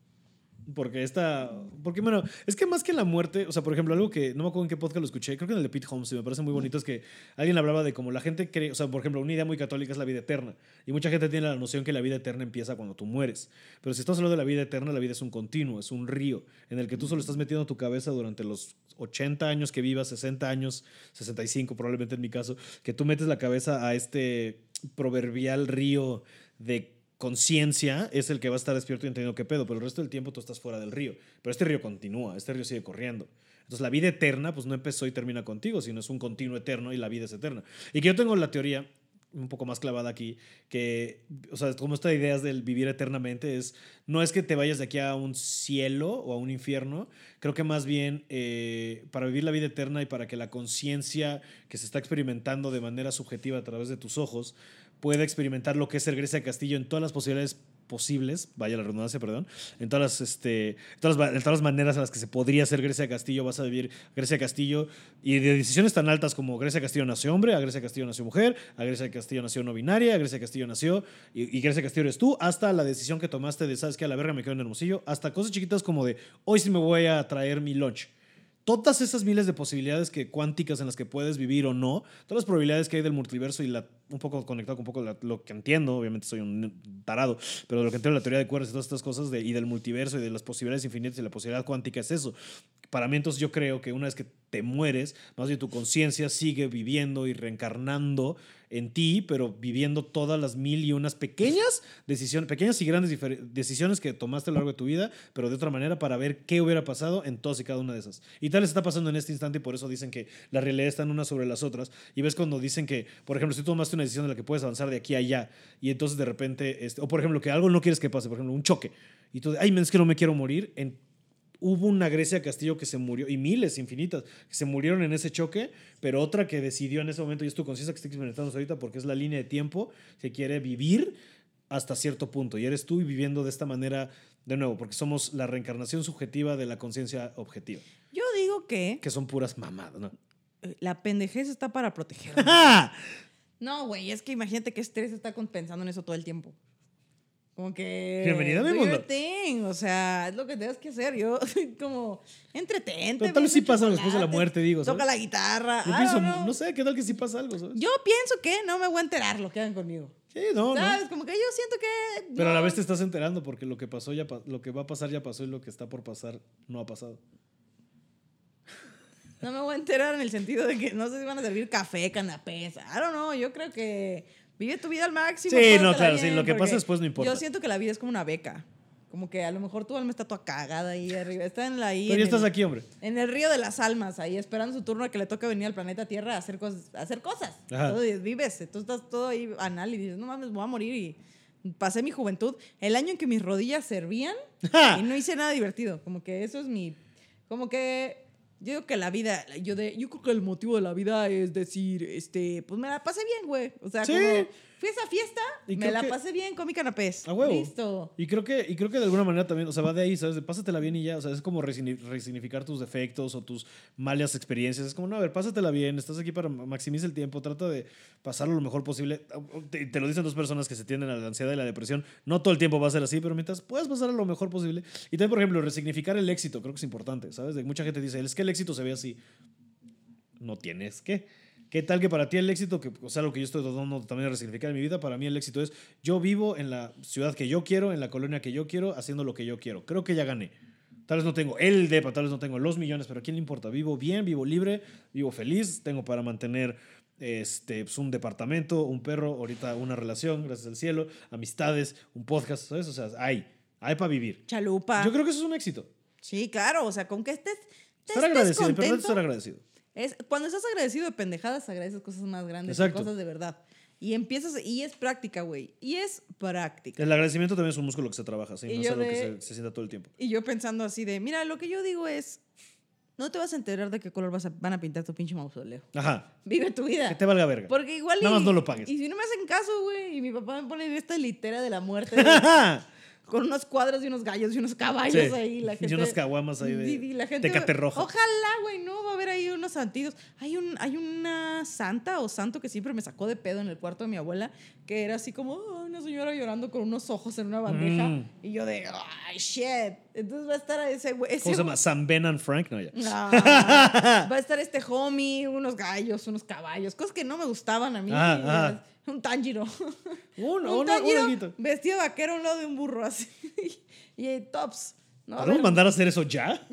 S2: Porque esta. Porque, bueno, es que más que la muerte, o sea, por ejemplo, algo que no me acuerdo en qué podcast lo escuché, creo que en el de Pete Holmes, y me parece muy bonito, es que alguien hablaba de cómo la gente cree, o sea, por ejemplo, una idea muy católica es la vida eterna. Y mucha gente tiene la noción que la vida eterna empieza cuando tú mueres. Pero si estás hablando de la vida eterna, la vida es un continuo, es un río, en el que tú solo estás metiendo tu cabeza durante los 80 años que vivas, 60 años, 65 probablemente en mi caso, que tú metes la cabeza a este proverbial río de conciencia es el que va a estar despierto y entendiendo qué pedo, pero el resto del tiempo tú estás fuera del río. Pero este río continúa, este río sigue corriendo. Entonces la vida eterna pues no empezó y termina contigo, sino es un continuo eterno y la vida es eterna. Y que yo tengo la teoría un poco más clavada aquí, que, o sea, como esta idea del vivir eternamente es, no es que te vayas de aquí a un cielo o a un infierno, creo que más bien eh, para vivir la vida eterna y para que la conciencia que se está experimentando de manera subjetiva a través de tus ojos pueda experimentar lo que es ser Grecia Castillo en todas las posibilidades posibles, vaya la redundancia, perdón, en todas las, este, en todas, las, va- en todas las maneras en las que se podría ser Grecia Castillo, vas a vivir Grecia Castillo y de decisiones tan altas como Grecia Castillo nació hombre, a Grecia Castillo nació mujer, a Grecia Castillo nació no binaria, a Grecia Castillo nació y, y Grecia Castillo eres tú, hasta la decisión que tomaste de, sabes que a la verga me quedo en Hermosillo, hasta cosas chiquitas como de, hoy sí me voy a traer mi lunch. Todas esas miles de posibilidades que, cuánticas en las que puedes vivir o no, todas las probabilidades que hay del multiverso y la, un poco conectado con un poco la- lo que entiendo, obviamente soy un tarado, pero lo que entiendo de la teoría de cuerdas y todas estas cosas de- y del multiverso y de las posibilidades infinitas y la posibilidad cuántica es eso. Para mí entonces yo creo que una vez que te mueres, más bien tu conciencia sigue viviendo y reencarnando en ti, pero viviendo todas las mil y unas pequeñas decisiones, pequeñas y grandes difer- decisiones que tomaste a lo largo de tu vida, pero de otra manera para ver qué hubiera pasado en todas y cada una de esas. Y tal está pasando en este instante y por eso dicen que las realidades están unas sobre las otras. Y ves cuando dicen que, por ejemplo, si tú tomaste una decisión de la que puedes avanzar de aquí a allá y entonces de repente, este, o por ejemplo, que algo no quieres que pase, por ejemplo, un choque, y tú, ay, men, es que no me quiero morir, en hubo una Grecia Castillo que se murió, y miles infinitas, que se murieron en ese choque, pero otra que decidió en ese momento, y es tu conciencia que está experimentando ahorita, porque es la línea de tiempo que quiere vivir hasta cierto punto, y eres tú viviendo de esta manera de nuevo, porque somos la reencarnación subjetiva de la conciencia objetiva,
S1: Yo digo que
S2: que son puras mamadas, ¿no?
S1: eh, la pendejez está para protegernos.
S2: ¡Ah!
S1: No, güey, es que imagínate que estrés está con- pensando en eso todo el tiempo. Como que.
S2: Bienvenida a mi
S1: do your
S2: mundo.
S1: thing, O sea, es lo que tienes que hacer. Yo, como, entretente.
S2: Pero
S1: vende
S2: tal vez sí pasa después de la
S1: chocolates,
S2: muerte, digo,
S1: Toca
S2: ¿sabes?
S1: la guitarra.
S2: Yo
S1: I
S2: pienso,
S1: don't know.
S2: no sé, qué tal que sí pasa algo, ¿sabes?
S1: Ah, Yo pienso que no me voy a enterar lo que hagan conmigo.
S2: Sí, no, no.
S1: ¿Sabes? Como que yo siento que.
S2: Pero a
S1: no.
S2: la vez te estás enterando porque lo que pasó ya pa- lo que va a pasar ya pasó y lo que está por pasar no ha pasado.
S1: No me voy a enterar en el sentido de que no sé si van a servir café, canapés. I don't know. Yo creo que vive tu vida al máximo.
S2: Sí,
S1: pásatela
S2: no, claro, sí, lo que
S1: porque
S2: pasa después no importa.
S1: Yo siento que la vida es como una beca. Como que a lo mejor tu alma está toda cagada ahí arriba. Está en la ahí.
S2: Pero ya
S1: en
S2: estás
S1: el-
S2: aquí, hombre.
S1: En el río de las almas, ahí esperando su turno a que le toque venir al planeta Tierra a hacer, cosas a hacer cosas.
S2: Ajá.
S1: Entonces vives, tú estás todo ahí anal y dices, no mames, voy a morir. Y pasé mi juventud, el año en que mis rodillas servían y no hice nada divertido. Como que eso es mi. Como que. Yo digo que la vida, yo, de, yo creo que el motivo de la vida es decir, este, pues me la pasé bien, güey. O sea,
S2: Sí.
S1: como fui a esa fiesta,
S2: Y
S1: me
S2: creo
S1: la
S2: que-
S1: pasé bien con mi canapés.
S2: A huevo.
S1: Listo.
S2: Y creo que, y creo que de alguna manera también, o sea, va de ahí, ¿sabes? De pásatela bien y ya, o sea, es como resigni- resignificar tus defectos o tus malas experiencias. Es como, no, a ver, pásatela bien, estás aquí para ma- maximizar el tiempo, trata de pasarlo lo mejor posible. O- o Te, te lo dicen dos personas que se tienden a la ansiedad y la depresión. No todo el tiempo va a ser así, pero mientras puedas pasarlo lo mejor posible. Y también, por ejemplo, resignificar el éxito, creo que es importante, ¿sabes? De, mucha gente dice, es que el éxito se ve así. No tienes que. ¿Qué tal que para ti el éxito, que, o sea, lo que yo estoy tratando también de resignificar en mi vida, para mí el éxito es yo vivo en la ciudad que yo quiero, en la colonia que yo quiero, haciendo lo que yo quiero. Creo que ya gané. Tal vez no tengo el depa, tal vez no tengo los millones, pero ¿a quién le importa? Vivo bien, vivo libre, vivo feliz, tengo para mantener este, pues, un departamento, un perro, ahorita una relación, gracias al cielo, amistades, un podcast, ¿sabes? O sea, hay, hay para vivir.
S1: Chalupa.
S2: Yo creo que eso es un éxito.
S1: Sí, claro, o sea, con que estés, te estés
S2: Estar agradecido, el
S1: contento,
S2: importante es estar agradecido.
S1: es, cuando estás agradecido de pendejadas, agradeces cosas más grandes,
S2: Exacto.
S1: cosas de verdad. Y empiezas, y es práctica, güey. Y es práctica.
S2: El agradecimiento también es un músculo que se trabaja, sí,
S1: Y
S2: no es
S1: yo
S2: algo que
S1: de-
S2: se, se sienta todo el tiempo.
S1: Y yo pensando así de, mira, lo que yo digo es, no te vas a enterar de qué color vas a- van a pintar tu pinche mausoleo.
S2: Ajá,
S1: Vive tu vida.
S2: que te valga verga.
S1: Porque igual.
S2: Nada
S1: y-
S2: más no lo pagues.
S1: Y si no me hacen caso, güey, y mi papá me pone esta litera de la muerte. güey,
S2: sí,
S1: con unos cuadros y unos gallos y unos caballos ahí. La gente,
S2: y unas caguamas ahí de
S1: Y- y la gente-
S2: tecate rojo.
S1: Ojalá, güey, no, va a haber ahí unos santitos. Hay, un, hay una santa o santo que siempre me sacó de pedo en el cuarto de mi abuela, que era así como "Ah, una señora llorando con unos ojos en una bandeja.
S2: Mm.
S1: Y yo de, ay, shit. Entonces va a estar ese güey. ese
S2: ¿Cómo se llama? San Ben and Frank, no, ya.
S1: Ah, va a estar este homie, unos gallos, unos caballos, cosas que no me gustaban a mí.
S2: Ah,
S1: Un Tanjiro.
S2: Un,
S1: un
S2: un,
S1: Tanjiro
S2: alguito.
S1: vestido de vaquero a un lado de un burro así. y eh, tops. ¿no? A
S2: ¿Podemos
S1: ver,
S2: mandar a hacer eso ya?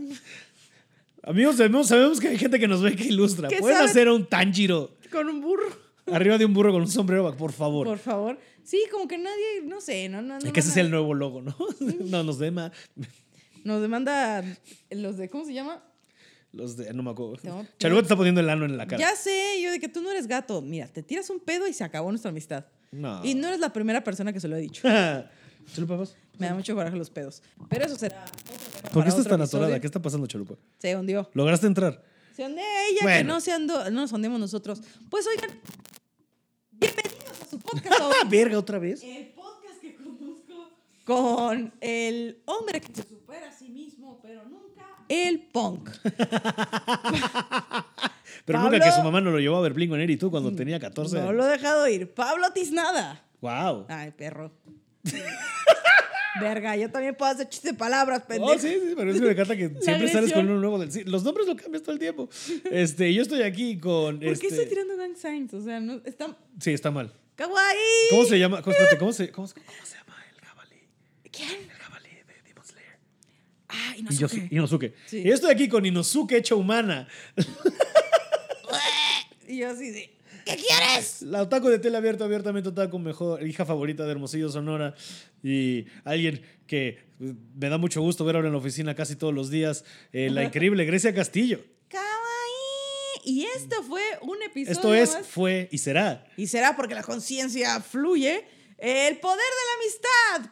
S2: Amigos, sabemos, sabemos que hay gente que nos ve que ilustra.
S1: ¿Qué
S2: ¿Pueden
S1: sabe?
S2: hacer un Tanjiro
S1: Con un burro,
S2: arriba de un burro con un sombrero, por favor?
S1: por favor. Sí, como que nadie, no sé, no, no. no
S2: Es que ese es
S1: mandan-
S2: el nuevo logo, ¿no? no, los de Ma-
S1: Nos demanda los de, ¿cómo se llama?
S2: Los de. No me acuerdo.
S1: No, pues-
S2: Chalupa te está poniendo el ano en la cara.
S1: Ya sé, yo de que tú no eres gato. Mira, te tiras un pedo y se acabó nuestra amistad.
S2: No.
S1: Y no eres la primera persona que se lo he dicho.
S2: Chalupa, vas.
S1: Me da mucho coraje los pedos. Pero eso será. otro tema
S2: ¿Por
S1: para
S2: qué estás
S1: otro
S2: tan atorada?
S1: episodio.
S2: ¿Qué está pasando, Chalupa?
S1: Se hundió.
S2: ¿Lograste entrar?
S1: Se hunde ella, que
S2: Bueno.
S1: no, se andó, no nos hundemos nosotros. Pues oigan, bienvenidos a su podcast
S2: ¡Ah,
S1: sobre
S2: verga, otra vez!
S1: el podcast que conduzco con el hombre que se supera a sí mismo, pero nunca el punk.
S2: Pero
S1: Pablo- Mm.
S2: nunca que su mamá no lo llevó a ver Blingo y tú cuando tenía 14
S1: No
S2: años.
S1: lo he dejado ir. Pablo Tiznada.
S2: ¡Wow!
S1: Ay, perro. Verga, yo también puedo hacer chistes de palabras, pendejo.
S2: Oh, sí, sí, pero es que me encanta que siempre sales
S1: agresión.
S2: con uno nuevo del sí, Los nombres lo cambias todo el tiempo. Este, yo estoy aquí con.
S1: ¿Por qué
S2: este-
S1: estoy tirando gang signs? O sea, no, está...
S2: Sí, está mal.
S1: ¡Kawaii!
S2: ¿Cómo se llama? ¿Cómo, espérate, ¿cómo se, cómo se- cómo se llama el jabalí?
S1: ¿Quién?
S2: El jabalí de Demon Slayer.
S1: Ay, no
S2: Inosuke. Inosuke.
S1: Sí.
S2: Y yo estoy aquí con Inosuke hecha humana.
S1: Y yo así de.
S4: ¿Qué quieres?
S2: La otaku de tela abierta, abiertamente otaku, mejor hija favorita de Hermosillo, Sonora. Y alguien que eh, me da mucho gusto ver ahora en la oficina casi todos los días, eh, la increíble Grecia Castillo.
S1: ¡Kawaii! Y esto fue un episodio.
S2: Esto es,
S1: más.
S2: fue y será.
S1: Y será porque la conciencia fluye. El poder de la amistad.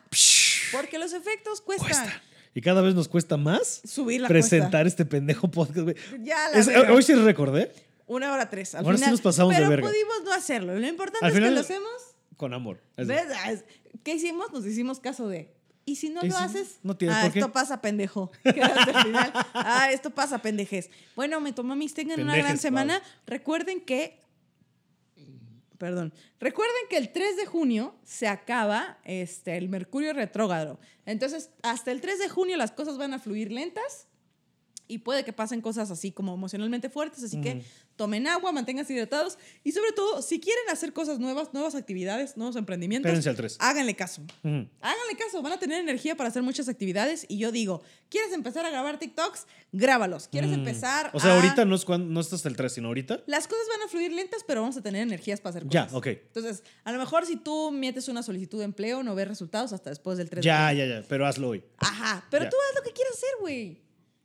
S1: Porque los efectos cuestan.
S2: Cuesta. Y cada vez nos cuesta más
S1: Subir la
S2: presentar este pendejo podcast. güey.
S1: Ya la
S2: Es-
S1: verga.
S2: hoy sí recordé,
S1: Una hora tres. Al
S2: Ahora sí
S1: final.
S2: nos pasamos de
S1: Pero
S2: verga.
S1: pudimos no hacerlo. Lo importante
S2: Al
S1: es
S2: final-
S1: que lo hacemos.
S2: con amor. Es-
S1: ¿Verdad? Ah, Es- ¿Qué hicimos? Nos hicimos caso de. Y si no
S2: Y
S1: lo
S2: si
S1: haces,
S2: no tienes
S1: ah,
S2: por qué.
S1: esto pasa, pendejo. Quedaste al final. Ah, esto pasa, pendejes. Bueno, me tomó mis, tengan una gran
S2: Pendejes,
S1: semana. Recuerden que. Perdón. Recuerden que el 3 de junio se acaba este, el Mercurio retrógrado. Entonces, hasta el 3 de junio las cosas van a fluir lentas y puede que pasen cosas así como emocionalmente fuertes, así que tomen agua, manténganse hidratados y sobre todo, si quieren hacer cosas nuevas, nuevas actividades, nuevos emprendimientos,
S2: Espérense al tres.
S1: háganle caso.
S2: Ujú.
S1: Háganle caso, van a tener energía para hacer muchas actividades y yo digo, ¿quieres empezar a grabar TikToks? Grábalos. ¿Quieres empezar
S2: Mm. O sea,
S1: a-
S2: ahorita no es cuando, no es hasta el 3, sino ahorita.
S1: Las cosas van a fluir lentas, pero vamos a tener energías para hacer
S2: Ya,
S1: cosas.
S2: ok.
S1: Entonces, a lo mejor si tú metes una solicitud de empleo, no ves resultados hasta después del 3 de
S2: Ya,
S1: junio.
S2: ya, ya, pero hazlo hoy.
S1: Ajá, pero
S2: Ya.
S1: tú haz lo que quieras hacer, güey.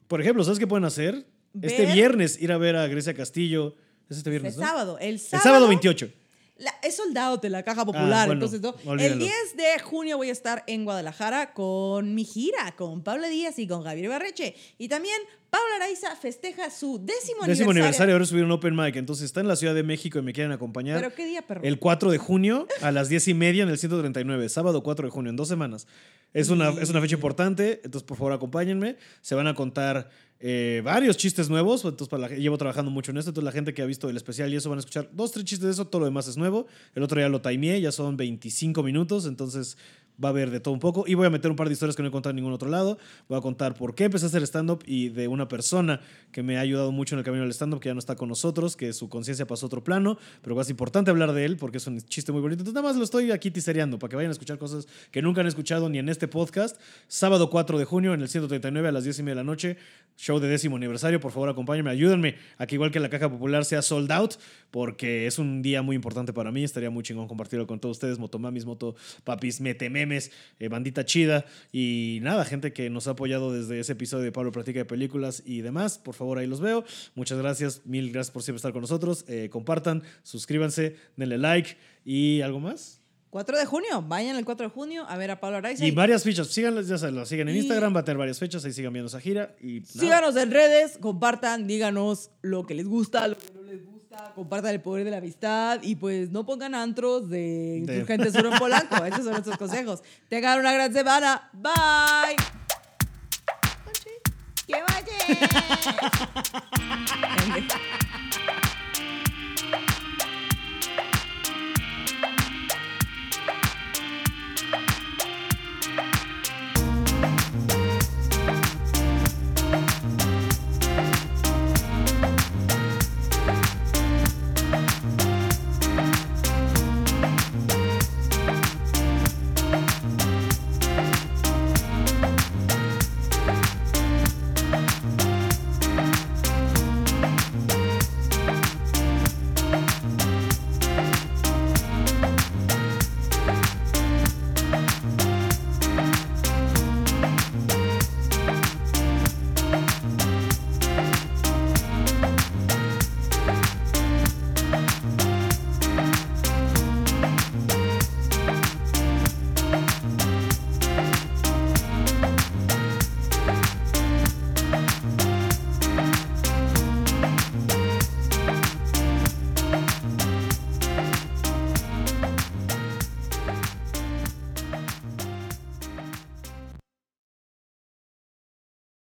S2: Por ejemplo, ¿sabes qué pueden hacer? Este
S1: Ver-
S2: viernes ir a ver a Grecia Castillo. Es este
S1: El
S2: viernes, ¿no?
S1: sábado, el
S2: El
S1: sábado.
S2: sábado 28.
S1: La- es soldado de la caja popular,
S2: Ah, bueno,
S1: entonces ¿no?
S2: olvídalo.
S1: El 10 de junio voy a estar en Guadalajara con mi gira, con Pablo Díaz y con Javier Barreche. Y también Pablo Araiza festeja su décimo,
S2: Décimo aniversario, ahora subieron un open mic. Entonces está en la Ciudad de México y me quieren acompañar.
S1: ¿Pero qué día, perro?
S2: El 4 de junio a las 10 y media en el 139, sábado 4 de junio, en dos semanas. Es una, es una fecha importante, entonces por favor acompáñenme. Se van a contar eh, varios chistes nuevos, entonces para la ge- llevo trabajando mucho en esto, entonces la gente que ha visto el especial y eso van a escuchar dos, tres chistes de eso, todo lo demás es nuevo. El otro ya lo timeé, ya son 25 minutos, entonces Va a haber de todo un poco. Y voy a meter un par de historias que no he contado en ningún otro lado. Voy a contar por qué empecé a hacer stand-up y de una persona que me ha ayudado mucho en el camino del stand-up, que ya no está con nosotros, que su conciencia pasó a otro plano. Pero es importante hablar de él porque es un chiste muy bonito. Entonces, nada más lo estoy aquí tisereando para que vayan a escuchar cosas que nunca han escuchado ni en este podcast. Sábado 4 de junio en el 139 a las 10 y media de la noche. Show de décimo aniversario. Por favor, acompáñenme, ayúdenme a que igual que la caja popular sea sold out porque es un día muy importante para mí. Estaría muy chingón compartirlo con todos ustedes, motomamis, moto papis, metememes, eh, bandita chida y nada, gente que nos ha apoyado desde ese episodio de Pablo Practica de Películas y demás. Por favor, ahí los veo. Muchas gracias, mil gracias por siempre estar con nosotros. Eh, compartan, suscríbanse, denle like y algo más.
S1: 4 de junio, vayan el 4 de junio a ver a Pablo Araiza.
S2: Y varias fichas, síganlas, ya se las siguen en
S1: Y-
S2: Instagram, va a tener varias fechas, ahí sigan viendo esa gira y nada.
S1: Síganos en redes, compartan, díganos lo que les gusta, lo que no les gusta, compartan el poder de la amistad y pues no pongan antros de,
S2: De-
S1: gente sur en Polanco. Esos son nuestros consejos. Tengan una gran semana. Bye.
S4: ¡Que vaya!
S1: Pendeja.